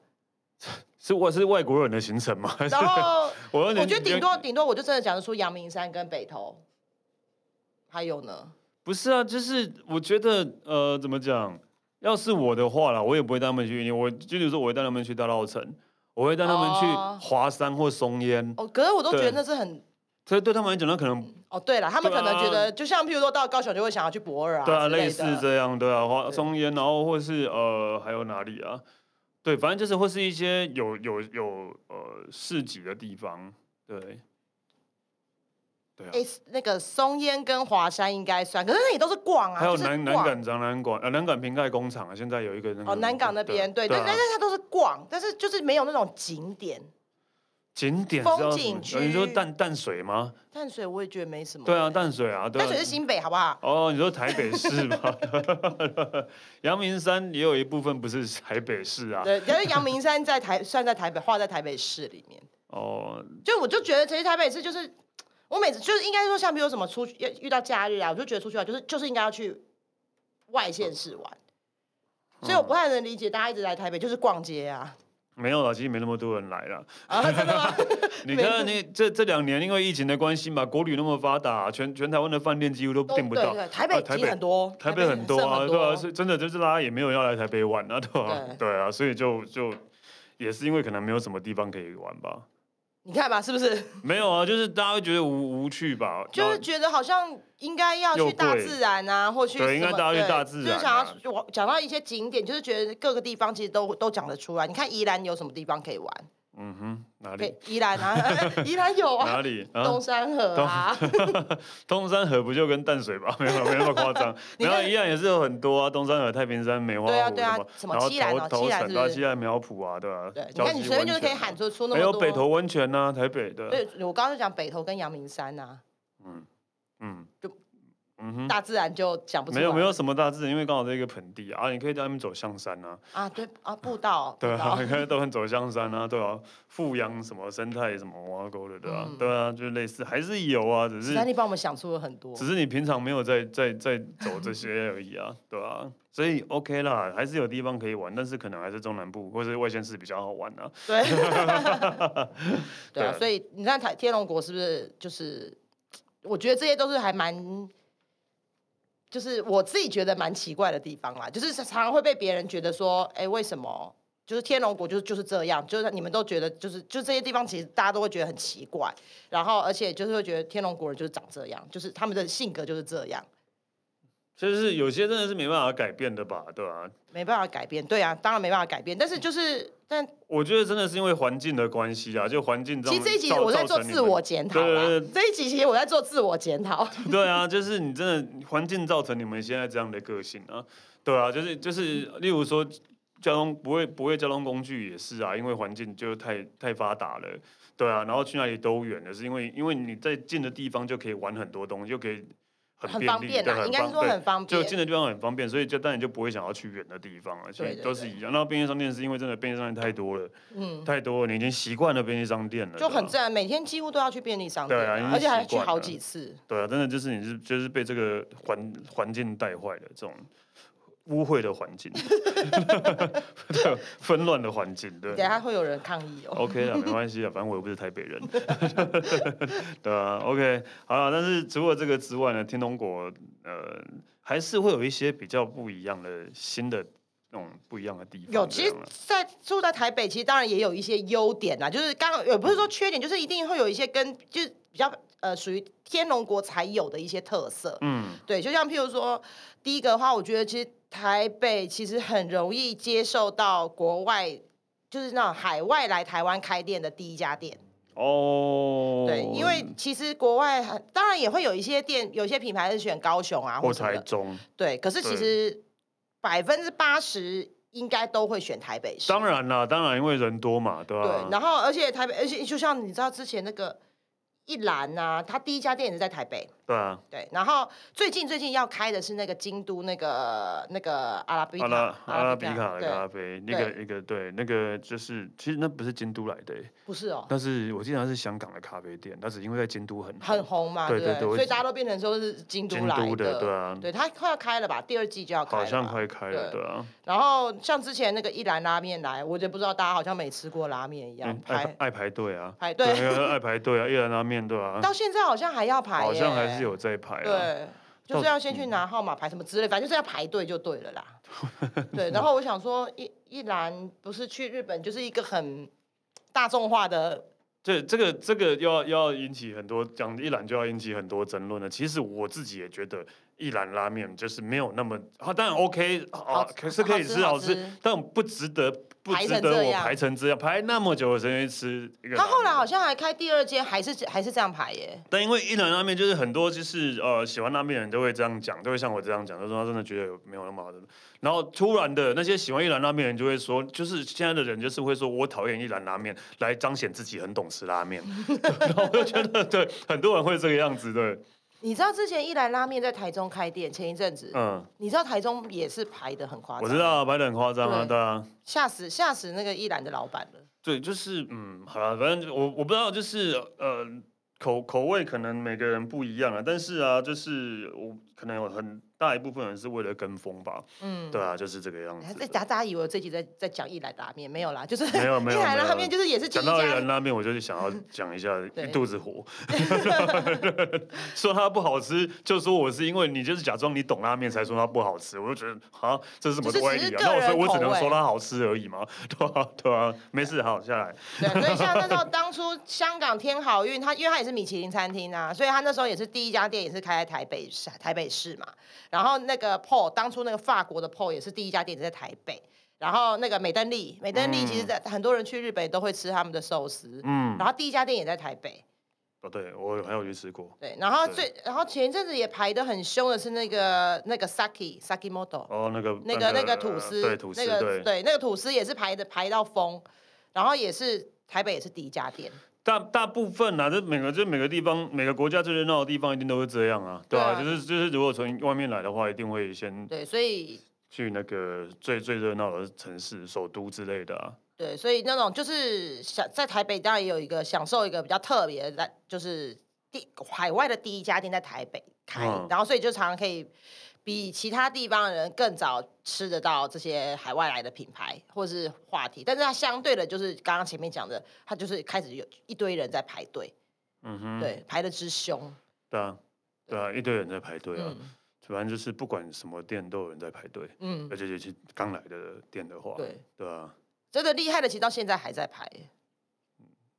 Speaker 1: 是我是外国人的行程吗？ *laughs* 还是
Speaker 2: 然后
Speaker 1: 我有
Speaker 2: 我
Speaker 1: 点
Speaker 2: 觉得顶
Speaker 1: 有
Speaker 2: 多顶多我就真的讲得出阳明山跟北投，还有呢，
Speaker 1: 不是啊，就是我觉得呃，怎么讲？要是我的话啦，我也不会带他们去云林，我就比如说我会带他们去大稻城，我会带他们
Speaker 2: 哦
Speaker 1: 去华山或松烟，
Speaker 2: 哦，可是我都觉得
Speaker 1: 对
Speaker 2: 那是很。
Speaker 1: 所以对他们来讲，那可能
Speaker 2: 哦，对了，他们
Speaker 1: 对
Speaker 2: 可
Speaker 1: 啊
Speaker 2: 能觉得，就像譬如说到高雄就会想要去博尔啊，
Speaker 1: 对啊，
Speaker 2: 之类
Speaker 1: 类似
Speaker 2: 的
Speaker 1: 这样，对啊，花
Speaker 2: 对
Speaker 1: 松烟，然后或是呃，还有哪里啊？对，反正就是或是一些有有有呃市集的地方，对，对啊，
Speaker 2: 哎、那个松烟跟华山应该算，可是那也都是逛啊，
Speaker 1: 还有
Speaker 2: 就是
Speaker 1: 南南
Speaker 2: 逛
Speaker 1: 港展览馆，呃，南港瓶盖工厂啊，现在有一个那个
Speaker 2: 哦，南港那边对，但
Speaker 1: 啊
Speaker 2: 但是它都是逛，但是就是没有那种景点。
Speaker 1: 景点
Speaker 2: 风
Speaker 1: 是要什么
Speaker 2: 景
Speaker 1: 呃你说
Speaker 2: 区
Speaker 1: 淡淡水吗？
Speaker 2: 淡水我也觉得没什么，
Speaker 1: 对啊，淡水啊，对啊
Speaker 2: 淡水是新北好不好？
Speaker 1: 哦，你说台北市吗？ *laughs* 阳明山也有一部分不是台北市啊，
Speaker 2: 对，但是阳明山在台算在台北，划在台北市里面。
Speaker 1: 哦，
Speaker 2: 就我就觉得，其实台北市就是我每次就是应该说，像比如什么出去要遇到假日啊，我就觉得出去玩就是就是应该要去外县市玩。所以
Speaker 1: 嗯
Speaker 2: 我不太能理解大家一直来台北就是逛街啊，
Speaker 1: 没有了，其实没那么多人来
Speaker 2: *laughs*
Speaker 1: 了。
Speaker 2: 啊真的
Speaker 1: *laughs*
Speaker 2: 吗？
Speaker 1: 你
Speaker 2: 没
Speaker 1: 看，
Speaker 2: 错
Speaker 1: 你这这两年因为疫情的关系嘛，国旅那么发达，全全台湾的饭店几乎都
Speaker 2: 都
Speaker 1: 订不到。
Speaker 2: 对对，台北
Speaker 1: 啊台
Speaker 2: 其实
Speaker 1: 北
Speaker 2: 很多，
Speaker 1: 台北很多啊，
Speaker 2: 剩
Speaker 1: 对啊，是真的就是大家也没有要来台北玩啊，对吧、
Speaker 2: 对
Speaker 1: *laughs* 对啊，所以就就也是因为可能没有什么地方可以玩吧，
Speaker 2: 你看吧，是不是？
Speaker 1: 没有啊，就是大家会觉得无无趣吧，
Speaker 2: 就是觉得好像应该要
Speaker 1: 又
Speaker 2: 去大
Speaker 1: 贵
Speaker 2: 自然啊，或去
Speaker 1: 对
Speaker 2: 什
Speaker 1: 应该
Speaker 2: 么
Speaker 1: 大家去
Speaker 2: 对
Speaker 1: 大自
Speaker 2: 就是
Speaker 1: 然
Speaker 2: 想
Speaker 1: 啊
Speaker 2: 要去我讲到一些景点，就是觉得各个地方其实都都讲得出来。你看宜兰有什么地方可以玩？
Speaker 1: 嗯哼，哪
Speaker 2: 可
Speaker 1: 里
Speaker 2: 以宜兰啊， *laughs* 宜兰有
Speaker 1: 哪
Speaker 2: 啊，
Speaker 1: 里啊
Speaker 2: 东？山河啊，
Speaker 1: 东山河不就跟淡水吧？ *laughs* 没有没那么夸张，
Speaker 2: *laughs* 你
Speaker 1: 然后
Speaker 2: 看
Speaker 1: 一样也是有很多啊，东山河、太平山、梅花湖
Speaker 2: 对啊对啊
Speaker 1: 什
Speaker 2: 什
Speaker 1: 么，
Speaker 2: 么
Speaker 1: 然后
Speaker 2: 基兰
Speaker 1: 头
Speaker 2: 哦
Speaker 1: 头
Speaker 2: 基兰
Speaker 1: 城
Speaker 2: 是
Speaker 1: 啊、
Speaker 2: 不是
Speaker 1: 西兰苗圃啊，对啊， *laughs*
Speaker 2: 对，你
Speaker 1: 礁
Speaker 2: 看你
Speaker 1: 溪
Speaker 2: 随便
Speaker 1: 温
Speaker 2: 就是可
Speaker 1: 泉
Speaker 2: 以
Speaker 1: 啊
Speaker 2: 喊出出那
Speaker 1: 还
Speaker 2: 么
Speaker 1: 有
Speaker 2: 多。
Speaker 1: 北投温泉呐、台北的，
Speaker 2: 对，我刚刚就讲北投跟阳明山啊，
Speaker 1: 嗯，
Speaker 2: 就
Speaker 1: 嗯哼，
Speaker 2: 大自然就讲不出
Speaker 1: 没
Speaker 2: 来。
Speaker 1: 有没有什么大自然，因为刚好在一个盆地啊，你可以带他们走象山啊，
Speaker 2: 啊，对啊，步道，
Speaker 1: 对
Speaker 2: 步
Speaker 1: *laughs* 啊，
Speaker 2: 道
Speaker 1: 你可以带他们走象山啊，对啊，富阳什么生态什么挖沟的，对啊，
Speaker 2: 嗯
Speaker 1: 对啊，就类似还是有啊，只
Speaker 2: 史丹
Speaker 1: 是
Speaker 2: 利帮我们想出了很多。
Speaker 1: 只是你平常没有在在在走这些而已
Speaker 2: *laughs*
Speaker 1: 啊，对啊，所以 OK 啦，还是有地方可以玩，但是可能还是中南部或是外县市比较好玩啊， *laughs*
Speaker 2: 对，对
Speaker 1: 对，
Speaker 2: 啊所以你看台天龙国是不是就是？我觉得这些都是还蛮，就是我自己觉得蛮奇怪的地方啦，就是常常会被别人觉得说，哎、为什么？就是天龙国就是就是这样，就是你们都觉得就是就这些地方，其实大家都会觉得很奇怪，然后而且就是会觉得天龙国人就是长这样，就是他们的性格就是这样，
Speaker 1: 就是有些真的是没办法改变的吧，对啊，
Speaker 2: 没办法改变。对啊，当然没办法改变，但是就是但
Speaker 1: 我觉得真的是因为环境的关系啊，就环境造
Speaker 2: 其实这一集
Speaker 1: 造
Speaker 2: 我在
Speaker 1: 造
Speaker 2: 做
Speaker 1: 成你
Speaker 2: 自
Speaker 1: 们
Speaker 2: 我检
Speaker 1: 嗯
Speaker 2: 讨
Speaker 1: 对对
Speaker 2: 啦
Speaker 1: 对，
Speaker 2: 这一集其实我在做自我检讨。
Speaker 1: *laughs* 对啊，就是你真的环境造成你们现在这样的个性啊，对啊，就是就是，例如说交通不会不会交通工具也是啊，因为环境就太太发达了，对啊，然后去哪里都远了，是因为因为你在近的地方就可以玩很多东西，就可以很
Speaker 2: 很
Speaker 1: 便
Speaker 2: 方
Speaker 1: 利，
Speaker 2: 便
Speaker 1: 对，
Speaker 2: 啦，应该是
Speaker 1: 方
Speaker 2: 说
Speaker 1: 对
Speaker 2: 很方
Speaker 1: 就
Speaker 2: 便。
Speaker 1: 近的地方很方便，所以就当然就不会想要去远的地方了，所以
Speaker 2: 对对啊
Speaker 1: 都是一样。那便利商店是因为真的便利商店太多了，
Speaker 2: 嗯，
Speaker 1: 太多了，你已经习惯了便利商店了，
Speaker 2: 就
Speaker 1: 对
Speaker 2: 很
Speaker 1: 啊
Speaker 2: 自然，每天几乎都要去便利商店
Speaker 1: 对啊已
Speaker 2: 啊，
Speaker 1: 经
Speaker 2: 而且还
Speaker 1: 习
Speaker 2: 去
Speaker 1: 惯
Speaker 2: 好
Speaker 1: 了
Speaker 2: 几次。
Speaker 1: 对啊，真的就是你是就是被这个环环境带坏的这种污秽的环境， *laughs* 对，啊纷乱的环境，对
Speaker 2: 等。下会有人抗议哦。
Speaker 1: OK 啦，没关系啊，反正我又不是台北人， *laughs* 对啊，OK，好了，但是除了这个之外呢，天龙果呃还是会有一些比较不一样的新的那种不一样的地方。
Speaker 2: 有，其
Speaker 1: 这
Speaker 2: 实
Speaker 1: 样啊，
Speaker 2: 在住在台北，其实当然也有一些优点啦，就是刚也不是说缺点，就是一定会有一些跟就是比较呃属于天龙国才有的一些特色。
Speaker 1: 嗯，
Speaker 2: 对，就像譬如说，第一个的话，我觉得其实台北其实很容易接受到国外，就是那种海外来台湾开店的第一家店。
Speaker 1: 哦，
Speaker 2: 对，因为其实国外很当然也会有一些店，有些品牌是选高雄啊
Speaker 1: 或
Speaker 2: 或什么
Speaker 1: 台
Speaker 2: 的，
Speaker 1: 中，
Speaker 2: 对，可是
Speaker 1: 对
Speaker 2: 其实百分之八十应该都会选台北市。
Speaker 1: 当然啦，当然因为人多嘛，对吧、
Speaker 2: 对，然后而且台北，而且就像你知道之前那个一兰啊，他第一家店也是在台北，
Speaker 1: 对啊，
Speaker 2: 对。然后最近最近要开的是那个京都那个那个阿拉比卡，
Speaker 1: 阿拉阿拉比卡的
Speaker 2: 对，
Speaker 1: 咖啡，那个一个对，那个就是其实那不是京都来的、欸，
Speaker 2: 不是哦，
Speaker 1: 但是我记得它是香港的咖啡店，它只因为在京都很
Speaker 2: 很
Speaker 1: 很
Speaker 2: 红嘛，
Speaker 1: 对
Speaker 2: 不
Speaker 1: 对对我
Speaker 2: 所以大家都变成说是京都
Speaker 1: 京
Speaker 2: 来
Speaker 1: 都的，对啊，
Speaker 2: 对，他快要开了吧，第二季就要开了
Speaker 1: 好
Speaker 2: 吧，
Speaker 1: 像快开了，
Speaker 2: 对
Speaker 1: 对啊，
Speaker 2: 然后像之前那个一兰拉面来，我就不知道大家好像没吃过拉面一样
Speaker 1: 嗯，爱排
Speaker 2: 排
Speaker 1: 爱排队啊，
Speaker 2: 排
Speaker 1: 对，
Speaker 2: 队， *laughs*
Speaker 1: 爱排队啊，一人拉面对啊，
Speaker 2: 到现在好像还要排耶，
Speaker 1: 好像还是有在排啊，
Speaker 2: 对，就是要先去拿号码牌什么之类，反正就是要排队就对了啦。
Speaker 1: *laughs*
Speaker 2: 对，然后我想说，一一兰不是去日本，就是一个很大众化的，
Speaker 1: 这这个这个要要引起很多讲一览就要引起很多争论了。其实我自己也觉得一兰拉面就是没没有那么，啊、当然 OK
Speaker 2: 好
Speaker 1: 啊，可是可以
Speaker 2: 好吃
Speaker 1: 吃
Speaker 2: 好
Speaker 1: 好
Speaker 2: 吃
Speaker 1: 吃，但不值得不
Speaker 2: 排
Speaker 1: 值
Speaker 2: 成
Speaker 1: 得
Speaker 2: 这
Speaker 1: 我
Speaker 2: 样
Speaker 1: 排成这样排那么久的时间去吃一个拉
Speaker 2: 他
Speaker 1: 面。
Speaker 2: 后来好像还开第二间，还是还是这样排耶。
Speaker 1: 但因为一兰拉面就是很多就是呃喜欢拉面的人都会这样讲，都会像我这样讲，就说他真的觉得有没有那么好的。然后突然的那些喜欢一兰拉面的人就会说，就是现在的人就是会说我讨厌一兰拉面，来彰显自己很懂吃拉面。然后我就觉得对，很多人会这个样子，对，
Speaker 2: 你知道之前一兰拉面在台中开店，前一阵子，
Speaker 1: 嗯，
Speaker 2: 你知道台中也是排的很夸张，
Speaker 1: 我知，道排的很夸张啊，
Speaker 2: 对
Speaker 1: 对啊。
Speaker 2: 吓死吓死那个一兰的老板了。
Speaker 1: 对，就是嗯，好了，反正我我不知道，就是呃，口口味可能每个人不一样啊，但是啊，就是我可能有很大一部分人是为了跟风吧，
Speaker 2: 嗯，
Speaker 1: 对啊，就是这个样
Speaker 2: 哎。
Speaker 1: 子
Speaker 2: 大
Speaker 1: 的。
Speaker 2: 家大家以为我这集在在讲一兰拉面，没有啦，就是
Speaker 1: 没有没有
Speaker 2: *laughs* 一兰
Speaker 1: 没有
Speaker 2: 拉面就是也是第一
Speaker 1: 讲到一
Speaker 2: 家
Speaker 1: 兰拉面，我就是想
Speaker 2: *laughs*
Speaker 1: 要讲一下
Speaker 2: 对
Speaker 1: 一肚子火， *laughs* 说它不好吃，就说我是因为你就是假装你懂拉面才说它不好吃，我就觉得啊，这是什么
Speaker 2: 就是
Speaker 1: 歪
Speaker 2: 只是
Speaker 1: 理啊？
Speaker 2: 个
Speaker 1: 那我所以
Speaker 2: 人
Speaker 1: 我只
Speaker 2: 口
Speaker 1: 能
Speaker 2: 味
Speaker 1: 说它好吃而已嘛，对啊？对啊，没事，好下来，
Speaker 2: 对，所以像那时候当初香港天好运，它因为它也是米其林餐厅啊，所以它那时候也是第一家店，也是开在台北市，台北市嘛。然后那个 Paul 当初那个法国的 Paul 也是第一家店也是在台北。然后那个美登利，美登利其实在、很多人去日本都会吃他们的寿司，
Speaker 1: 嗯，
Speaker 2: *laughs* 然后第一家店也在台北。
Speaker 1: 哦，对我还有去吃过，
Speaker 2: 对，然后
Speaker 1: 对
Speaker 2: 最然后前一阵子也排的很凶的是那个那个 Saki Saki Moto，
Speaker 1: 哦，那个
Speaker 2: 那个那个吐
Speaker 1: 呃
Speaker 2: 司，
Speaker 1: 对吐司，
Speaker 2: 那个
Speaker 1: 对，
Speaker 2: 对那个吐司也是排的排到疯，然后也是台北也是第一家店。
Speaker 1: 大大部分啊，这每个这每个地方每个国家最热闹的地方一定都是这样啊，对吧、
Speaker 2: 对啊
Speaker 1: 就是就是如果从外面来的话，一定会先
Speaker 2: 对，所以
Speaker 1: 去那个最最热闹的城市、首都之类的啊。
Speaker 2: 对，所以那种就是享在台北，当然也有一个享受一个比较特别的在，就是第海外的第一家店在台北开，
Speaker 1: 嗯
Speaker 2: 然后所以就常常可以比其他地方的人更早吃得到这些海外来的品牌或是话题，但是它相对的，就是刚刚前面讲的，它就是开始有一堆人在排队，
Speaker 1: 嗯哼，
Speaker 2: 对，排的之凶，
Speaker 1: 对啊，对啊，一堆人在排队啊，
Speaker 2: 嗯
Speaker 1: 反正就是不管什么店都有人在排队，
Speaker 2: 嗯，
Speaker 1: 而且尤其刚来的店的话，
Speaker 2: 对，
Speaker 1: 对啊，
Speaker 2: 真的厉害的，其实到现在还在
Speaker 1: *laughs*
Speaker 2: 排，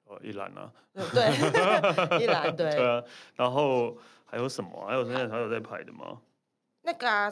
Speaker 1: 哦，一览啊，
Speaker 2: 对，依 *laughs* 然对。
Speaker 1: 对啊，然后还有什么啊？还有现在还有在排的吗？
Speaker 2: 那个啊，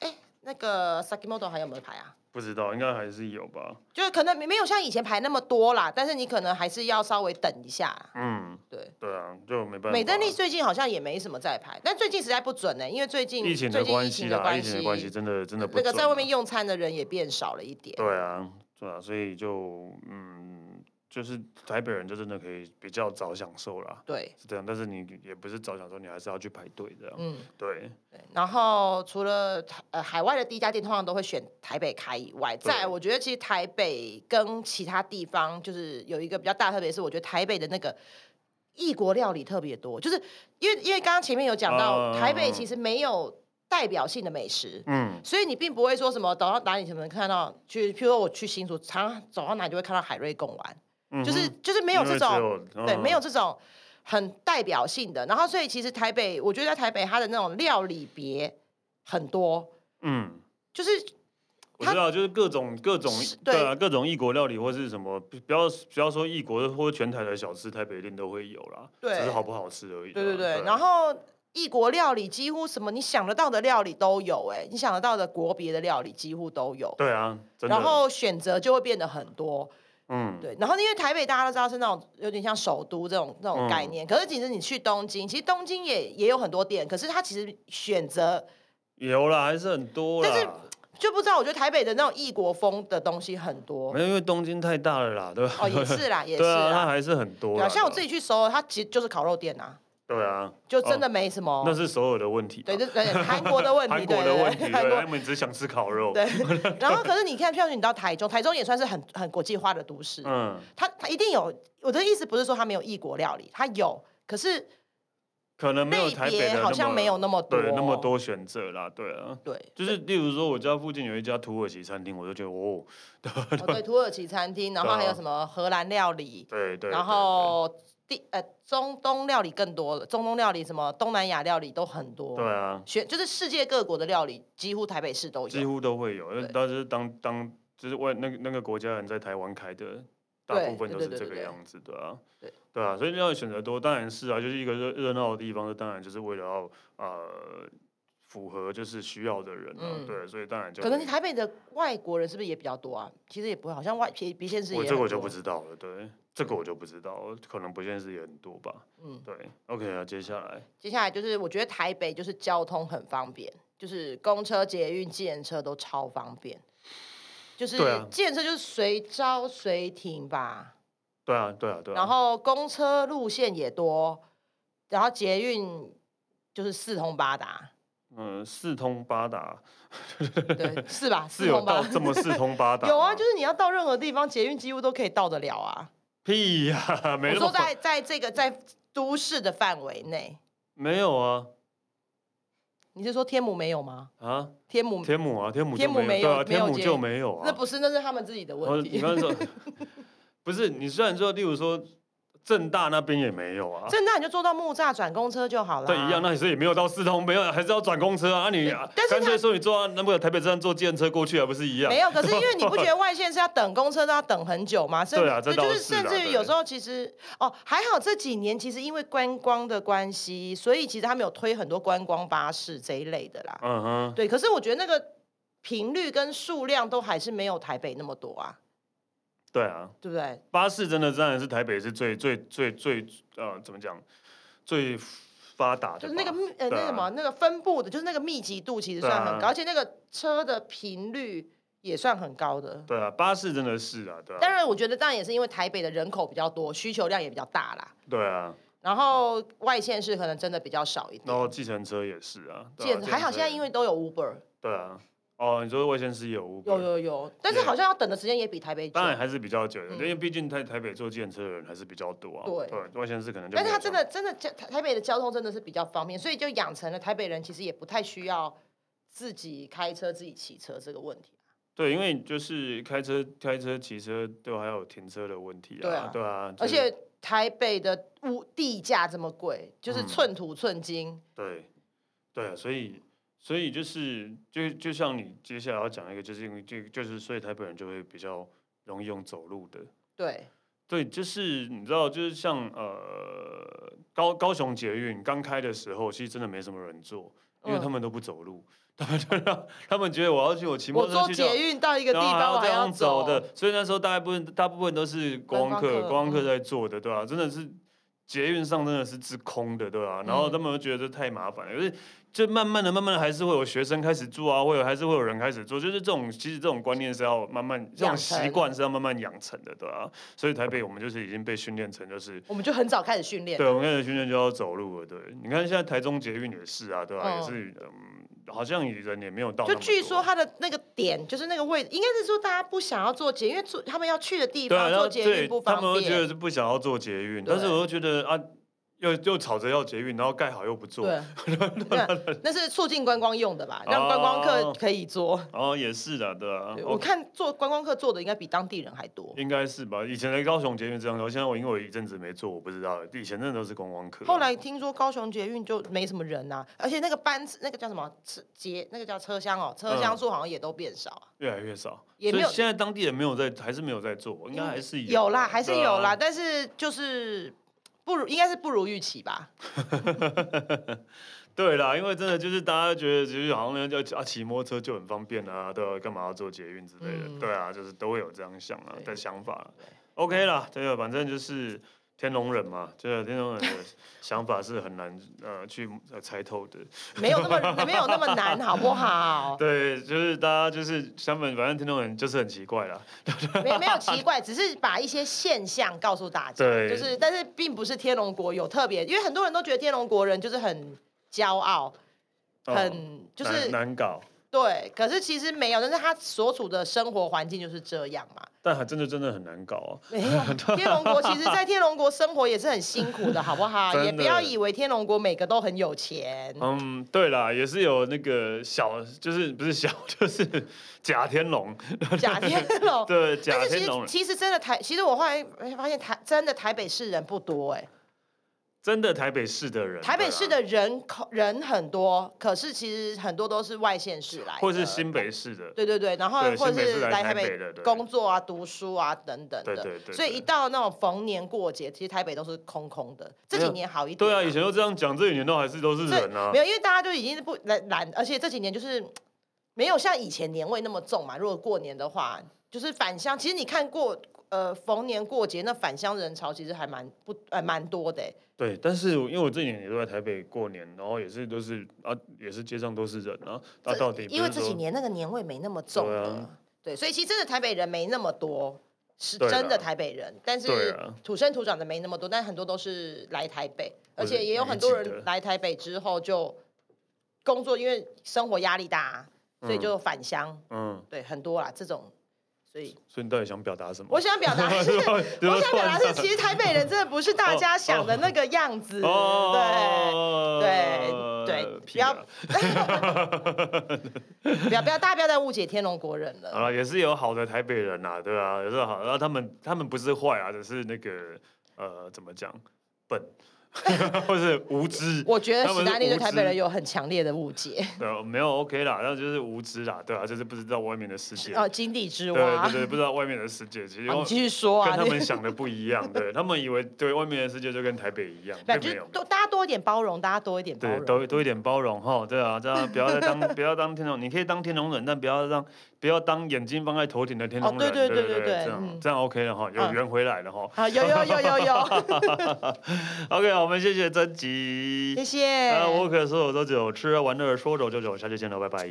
Speaker 2: 哎、那个 Sakimoto 还有没有排啊？
Speaker 1: 不知道，应该还是有吧。
Speaker 2: 就是可能没有像以前排那么多啦，但是你可能还是要稍微等一下啦。
Speaker 1: 嗯，
Speaker 2: 对，
Speaker 1: 对啊，就没办法。
Speaker 2: 美登利最近好像也没什么在排，但最近实在不准呢、因为最近
Speaker 1: 疫情
Speaker 2: 最
Speaker 1: 的
Speaker 2: 近
Speaker 1: 关
Speaker 2: 疫
Speaker 1: 系
Speaker 2: 情的
Speaker 1: 啦，
Speaker 2: 关
Speaker 1: 疫情的关系真的真的不
Speaker 2: 那个
Speaker 1: 准
Speaker 2: 在外
Speaker 1: 啊
Speaker 2: 面用餐的人也变少了一点。
Speaker 1: 对啊，对啊，所以就嗯，就是台北人就真的可以比较早享受啦，
Speaker 2: 对，
Speaker 1: 是这样。但是你也不是早享受，你还是要去排队这样。
Speaker 2: 嗯，
Speaker 1: 对，
Speaker 2: 对。然后除了台呃海外的第一家店通常都会选台北开以外，
Speaker 1: 对
Speaker 2: 在我觉得其实台北跟其他地方就是有一个比较大的特别，是我觉得台北的那个。异国料理特别多，就是因为因为刚刚前面有讲到，
Speaker 1: 嗯
Speaker 2: 台北其实没有代表性的美食。
Speaker 1: 嗯，
Speaker 2: 所以你并不会说什么走到哪里，你们看到去，譬如说我去新竹，常走到哪里就会看到海瑞贡丸，
Speaker 1: 嗯
Speaker 2: 就是
Speaker 1: 哼
Speaker 2: 就是没有这种，
Speaker 1: 嗯
Speaker 2: 对，没有，这种很代表性的。然后，所以其实台北，我觉得在台北它的那种料理别很多，
Speaker 1: 因为只有嗯。
Speaker 2: 就是
Speaker 1: 我
Speaker 2: 它
Speaker 1: 知道，就是各种各种
Speaker 2: 是
Speaker 1: 对
Speaker 2: 对
Speaker 1: 啊，各种异国料理或是什么，不不要不要说异国或全台的小吃，台北一定都会有啦，
Speaker 2: 对
Speaker 1: 只是好不好吃而已啦。
Speaker 2: 对对对。
Speaker 1: 啊
Speaker 2: 然后异国料理几乎什么你想得到的料理都有、哎，你想得到的国别的料理几乎都有。
Speaker 1: 对啊，真的
Speaker 2: 然后选择就会变得很多，
Speaker 1: 嗯，
Speaker 2: 对。然后因为台北大家都知道是那种有点像首都这种这种概
Speaker 1: 嗯
Speaker 2: 念，可是其实你去东京，其实东京也也有很多店，可是它其实选择
Speaker 1: 有啦，还是很多
Speaker 2: 但是
Speaker 1: 啦。
Speaker 2: 就不知道，我觉得台北的那种异国风的东西很多，
Speaker 1: 没有，因为东京太大了啦，对吧？
Speaker 2: *laughs*
Speaker 1: *laughs*
Speaker 2: 哦，也是啦，也是
Speaker 1: 对啊，它
Speaker 2: 啦。
Speaker 1: 还是很多
Speaker 2: 对
Speaker 1: 啦。
Speaker 2: 啊，像我自
Speaker 1: 己
Speaker 2: 己去首尔，它其实就是烤肉店啊，
Speaker 1: 对啊，
Speaker 2: 就真的
Speaker 1: 哦
Speaker 2: 没什么。
Speaker 1: 那是首尔的问题吧，
Speaker 2: 对，这对韩国的问
Speaker 1: *laughs*
Speaker 2: 题，
Speaker 1: 韩
Speaker 2: 对
Speaker 1: 国的问
Speaker 2: 对
Speaker 1: 题，
Speaker 2: 对韩
Speaker 1: 对，他
Speaker 2: 国
Speaker 1: 们只想吃烤肉。
Speaker 2: 对。然后可是你看，譬如你到台中，台中也算是很很国际化的都市，
Speaker 1: 嗯，
Speaker 2: 它它一定有。我的意思不是说它没有异国料理，它有，可是
Speaker 1: 可能没有
Speaker 2: 类
Speaker 1: 台北的
Speaker 2: 别
Speaker 1: 那
Speaker 2: 好像
Speaker 1: 么
Speaker 2: 没有那么多，
Speaker 1: 对那么。多选择啦，对啊。
Speaker 2: 对，
Speaker 1: *laughs* 就是例如说，我家附近有一家土耳其餐厅，我就觉得哦， *laughs*
Speaker 2: 哦对，土耳其餐厅，然后
Speaker 1: 对啊
Speaker 2: 还有什么荷兰料理，
Speaker 1: 对对，
Speaker 2: 然
Speaker 1: 对
Speaker 2: 后地呃中东料理更多了，中东料理什么东南亚料理都很多。
Speaker 1: 对对啊，
Speaker 2: 选就是世界各国的料理，几乎台北市都
Speaker 1: 几
Speaker 2: 有。
Speaker 1: 乎都会有，因为
Speaker 2: 对
Speaker 1: 但是当当就是外那个那个国家人在台湾开的，大
Speaker 2: 对
Speaker 1: 部分都
Speaker 2: 对
Speaker 1: 是
Speaker 2: 对
Speaker 1: 这
Speaker 2: 对
Speaker 1: 个
Speaker 2: 对
Speaker 1: 样子，对啊，
Speaker 2: 对
Speaker 1: 对啊，所以要选择多，当然是啊，就是一个热热闹的地方，当然就是为了要呃符合就是需要的人啊，
Speaker 2: 嗯
Speaker 1: 对，所以当然就
Speaker 2: 可能
Speaker 1: 会
Speaker 2: 台北的外国人是不是也比较多啊？其实也不会，好像外别别县市也
Speaker 1: 我
Speaker 2: 很
Speaker 1: 这
Speaker 2: 多。
Speaker 1: 个我就不知道了，对，这个我就不知道了，可能不现实也很多吧，
Speaker 2: 嗯，
Speaker 1: 对，OK 啊，接下来
Speaker 2: 接下来就是我觉得台北就是交通很方便，就是公车、捷运、计程车都超方便。就是
Speaker 1: 对啊
Speaker 2: 计程车就是随招随停吧，
Speaker 1: 对啊对啊对啊，
Speaker 2: 然后公车路线也多，然后捷运就是四通
Speaker 1: *laughs*
Speaker 2: 八达，
Speaker 1: 嗯四通八达
Speaker 2: 对，是吧？
Speaker 1: 是
Speaker 2: 四
Speaker 1: 有
Speaker 2: 通八
Speaker 1: 到
Speaker 2: 达
Speaker 1: 这么四通八达吗，
Speaker 2: *laughs* 有啊，就是你要到任何地方，捷运几乎都可以到得了啊。
Speaker 1: 屁呀、没
Speaker 2: 我
Speaker 1: 那么
Speaker 2: 说在在这个在都市的范围内，
Speaker 1: 没有啊
Speaker 2: 你是说天母没有吗？
Speaker 1: 啊。
Speaker 2: 天母
Speaker 1: 天母啊，天母
Speaker 2: 天
Speaker 1: 就
Speaker 2: 母
Speaker 1: 没
Speaker 2: 没
Speaker 1: 有，对
Speaker 2: 有
Speaker 1: 啊，
Speaker 2: 没
Speaker 1: 天
Speaker 2: 有
Speaker 1: 母
Speaker 2: 捷
Speaker 1: 就
Speaker 2: 运
Speaker 1: 没有啊。
Speaker 2: 那不是，那是他们自己的
Speaker 1: 然后
Speaker 2: 问
Speaker 1: 你
Speaker 2: 题。 *laughs*
Speaker 1: 刚才说，不是你虽然说，例如说正大那边也没有啊，
Speaker 2: 正大你就坐到木栅转公车就好了。
Speaker 1: 对，一样，。那也是也没有到四通，没有，还是要转公车啊。啊你啊
Speaker 2: 但是
Speaker 1: 干脆
Speaker 2: 他
Speaker 1: 说你坐啊那不台北站坐电车过去，还啊不是一样？
Speaker 2: 没有，可是因为你不觉得外线是要等公车都要等很
Speaker 1: *laughs*
Speaker 2: 久吗？甚
Speaker 1: 对啊这
Speaker 2: 这
Speaker 1: 倒
Speaker 2: 就是
Speaker 1: 是啊
Speaker 2: 甚至
Speaker 1: 对
Speaker 2: 于有时候其实哦，还好这几年其实因为观光的关系，所以其实他们有推很多观光巴士这一类的啦。
Speaker 1: 嗯哼，
Speaker 2: 对，可是我觉得那个频率跟数量都还是没有台北那么多啊，
Speaker 1: 对啊，
Speaker 2: 对不对？
Speaker 1: 巴士真的当然是台北是最最最最呃，怎么讲，最发达的吧，
Speaker 2: 就是那个密
Speaker 1: 对
Speaker 2: 呃那
Speaker 1: 啊
Speaker 2: 个什么那个分布的，就是那个密集度其实
Speaker 1: 对
Speaker 2: 算很高，
Speaker 1: 啊
Speaker 2: 而且那个车的频率也算很高的。
Speaker 1: 对啊，巴士真的是啊，对
Speaker 2: 当
Speaker 1: 啊，
Speaker 2: 然，我觉得当然也是因为台北的人口比较多，需求量也比较大啦。
Speaker 1: 对啊，
Speaker 2: 然后外县市可能真的比较少一点。
Speaker 1: 然后计程车也是啊，哦对啊
Speaker 2: 见还好现在因为都有 Uber，
Speaker 1: 对啊，哦，你说外县市有五
Speaker 2: 有有有，但是
Speaker 1: 也
Speaker 2: 好像要等的时间也比台北久。
Speaker 1: 当然还是比较久的，
Speaker 2: 嗯
Speaker 1: 因为毕竟在台北坐计程车的人还是比较多啊。
Speaker 2: 对
Speaker 1: 对，外县市可能就没有这样。
Speaker 2: 但是它真的真的交台台北的交通真的是比较方便，所以就养成了台北人其实也不太需要自己开车、自己骑车这个问题。
Speaker 1: 对，因为就是开车、开车、骑车，对，还有停车的问题啊。
Speaker 2: 对啊
Speaker 1: 对啊，
Speaker 2: 而
Speaker 1: 就是
Speaker 2: 且台北的物地价这么贵，就是
Speaker 1: 嗯
Speaker 2: 寸土寸金。
Speaker 1: 对对啊，所以所以就是就就像你接下来要讲一个，就是因为就就是所以台北人就会比较容易用走路的。
Speaker 2: 对，
Speaker 1: 对，就是你知道，就是像呃高高雄捷运刚开的时候，其实真的没什么人坐，因为
Speaker 2: 嗯
Speaker 1: 他们都不走路， *laughs* 他们就让他们觉得我要去我骑摩
Speaker 2: 我
Speaker 1: 托车
Speaker 2: 坐
Speaker 1: 去就好
Speaker 2: 捷运到一个地
Speaker 1: 然后
Speaker 2: 方，我
Speaker 1: 啊这
Speaker 2: 还要
Speaker 1: 样走的，所以那时候大部分大部分都是观光客，
Speaker 2: 观光
Speaker 1: 观
Speaker 2: 客
Speaker 1: 光客
Speaker 2: 嗯
Speaker 1: 在做的，对吧、真的是捷运上真的是只空的，对吧、
Speaker 2: 嗯
Speaker 1: 然后他们就觉得太麻烦了，可是就慢慢的、慢慢的还是会有学生开始做啊，会有还是会有人开始做，就是这种其实这种观念是要慢慢，这种
Speaker 2: 养成
Speaker 1: 习惯是要慢慢养成的，对吧、所以台北我们就是已经被训练成就是。
Speaker 2: 我们就很早开始训练。
Speaker 1: 对，我们开始训练就要走路了。对，你看现在台中捷运也是啊，对吧、也
Speaker 2: 嗯
Speaker 1: 是，嗯，好像人也没有到那
Speaker 2: 就
Speaker 1: 么多。啊
Speaker 2: 据说它的那个点，就是那个位置，应该是说大家不想要坐捷运，因为坐他们要去的地
Speaker 1: 对啊，
Speaker 2: 方
Speaker 1: 然后
Speaker 2: 坐捷
Speaker 1: 对
Speaker 2: 运不
Speaker 1: 他
Speaker 2: 方
Speaker 1: 们会觉得
Speaker 2: 便。
Speaker 1: 是不想要做捷运，但是
Speaker 2: 对
Speaker 1: 我又觉得啊，又又吵着要捷运，然后盖好又不做。
Speaker 2: 对，那那是促进观光用的吧，让观光客可以做。
Speaker 1: 哦，也是的，对啊
Speaker 2: 对。
Speaker 1: 哦
Speaker 2: 我看做观光客做的应该比当地人还多。
Speaker 1: 应该是吧？以前的高雄捷运这样做，现在我因为我一阵子没做，我不知道。以前真的都是观光客。啊
Speaker 2: 后来听说高雄捷运就没什么人呐、而且那个班次那个叫什么车捷那个叫车厢哦，车厢数好像也都变少啊。
Speaker 1: 越来越少，
Speaker 2: 也
Speaker 1: 所以
Speaker 2: 没有嗯
Speaker 1: 现在当地人没有在，还是没有在做，应该还是
Speaker 2: 有啦，还是有
Speaker 1: 对啊
Speaker 2: 啦，但是就是不如应该是不如预期吧。
Speaker 1: 对啦，因为真的就是大家觉得，就是好像要啊骑摩托车就很方便啊，对啊，干嘛要坐捷运之类的？
Speaker 2: 嗯
Speaker 1: 对啊，就是都会有这样想啊
Speaker 2: 对
Speaker 1: 的想法
Speaker 2: 对。
Speaker 1: OK 啦，这个反正就是天龙人嘛，就是天龙人的想法是很难呃去呃猜透的。
Speaker 2: 没有那么没有那么难，好不
Speaker 1: *laughs*
Speaker 2: 好？
Speaker 1: 对，啊就是大家就是相反，反正天龙人就是很奇怪啦。
Speaker 2: 没没有奇怪，只是把一些现象告诉大家，
Speaker 1: 对
Speaker 2: 就是但是并不是天龙国有特别，因为很多人都觉得天龙国人就是很骄傲，
Speaker 1: 哦
Speaker 2: 很、就是
Speaker 1: 难难搞，
Speaker 2: 对，可是其实没有，但是他所处的生活环境就是这样嘛。
Speaker 1: 但还真的真的很难搞啊。
Speaker 2: *laughs* 没有，天龙国其实，在天龙国生活也是很辛苦的，好不好？
Speaker 1: *laughs* 真的
Speaker 2: 也不要以为天龙国每个都很有钱。
Speaker 1: *laughs* 嗯，对啦，也是有那个小，就是不是小， *laughs* 就是假天龙，
Speaker 2: 假天龙，
Speaker 1: 对，
Speaker 2: 但
Speaker 1: 假
Speaker 2: 是其
Speaker 1: 天
Speaker 2: 实
Speaker 1: 龙人，
Speaker 2: 其实真的台，其实我后来发现台真的台北市人不多哎、
Speaker 1: 真的台北市的人，
Speaker 2: 台北市
Speaker 1: 对啦，
Speaker 2: 的人口人很多，可是其实很多都是外县市来的，
Speaker 1: 或是新北市的，
Speaker 2: 对对对，然后
Speaker 1: 对
Speaker 2: 或
Speaker 1: 新北
Speaker 2: 是
Speaker 1: 市来
Speaker 2: 来
Speaker 1: 台
Speaker 2: 台
Speaker 1: 北的对
Speaker 2: 工作啊、读书啊等等的，
Speaker 1: 对对对
Speaker 2: 所以
Speaker 1: 对
Speaker 2: 一到那种逢年过节，其实台北都是空空的。这
Speaker 1: 没
Speaker 2: 几
Speaker 1: 有
Speaker 2: 年好一点、
Speaker 1: 对啊，以前都这样讲，这几年都还是都是
Speaker 2: 这
Speaker 1: 人啊
Speaker 2: 没，有，因为大家就已经不懒懒，而且这几年就是没有像以前年味那么重嘛。如果过年的话，就是返乡，其实你看过呃逢年过节那返乡人潮，其实还蛮不呃蛮多的欸、
Speaker 1: 对，但是因为我这几年也都在台北过年，然后也是都是啊，也是街上都是人啊，啊，
Speaker 2: 这
Speaker 1: 到底不
Speaker 2: 欸因为
Speaker 1: 是
Speaker 2: 这几
Speaker 1: 说
Speaker 2: 年那个年味没那么重
Speaker 1: 对啊
Speaker 2: 了，对，所以其实真的台北人没那么多，是
Speaker 1: 对啦
Speaker 2: 真的台北人，但
Speaker 1: 对
Speaker 2: 是
Speaker 1: 啊
Speaker 2: 土生土长的没那么多，但很多都是来台北，
Speaker 1: 或
Speaker 2: 而
Speaker 1: 者
Speaker 2: 且也有很多
Speaker 1: 移居的
Speaker 2: 人来台北之后就工作，因为生活压力大啊，所以就返乡，
Speaker 1: 嗯，
Speaker 2: 对，很多啊啦这种，所以
Speaker 1: 所以你到底想表达什么？
Speaker 2: 我想表达
Speaker 1: *laughs*
Speaker 2: 是。我想表达是，其实台北人真的不是大家想的那个样子，对。
Speaker 1: 哦，
Speaker 2: 对对
Speaker 1: 屁啊
Speaker 2: 不要
Speaker 1: 啦
Speaker 2: 不要不要，大家不要再误解天龙国人
Speaker 1: 好
Speaker 2: 了。
Speaker 1: 了，也是有好的台北人呐、对啊，也是好，然后他们他们不是坏啊，只是那个呃，怎么讲，笨， *laughs* 或是无知，
Speaker 2: 我觉得
Speaker 1: 他们
Speaker 2: 史
Speaker 1: 是
Speaker 2: 丹利对
Speaker 1: 无
Speaker 2: 台
Speaker 1: 知
Speaker 2: 北人有很强烈的误解，
Speaker 1: 呃，没有 OK 啦，那就是无知啦，对啊，就是不知道外面的世界，
Speaker 2: 呃，井底之
Speaker 1: 对
Speaker 2: 蛙
Speaker 1: 对。对，不知道外面的世界，其实
Speaker 2: 好你继续说
Speaker 1: 跟
Speaker 2: 啊，
Speaker 1: 他
Speaker 2: 你 *laughs*
Speaker 1: 们想的不一样，对他们以为对外面的世界就跟台北一样，并没
Speaker 2: 反正就是
Speaker 1: 有。
Speaker 2: 多大家多一点包容，大家多一点包
Speaker 1: 对，
Speaker 2: 容。
Speaker 1: 多多一点包容哈，对啊，这样不要再当不要当天龙，你可以当天龙人，但不要让不要当眼睛放在头顶的天
Speaker 2: 哦
Speaker 1: 龙人，
Speaker 2: 对对
Speaker 1: 对
Speaker 2: 对对对
Speaker 1: 这样
Speaker 2: 嗯
Speaker 1: 这样 OK 了哈，有
Speaker 2: 嗯
Speaker 1: 圆回来了哈。
Speaker 2: 好，有有有
Speaker 1: *laughs*
Speaker 2: 有有，
Speaker 1: OK，我们谢谢甄吉
Speaker 2: 谢。谢。
Speaker 1: 呃，我可所有都有吃，玩乐说走就走，下期见喽，拜拜。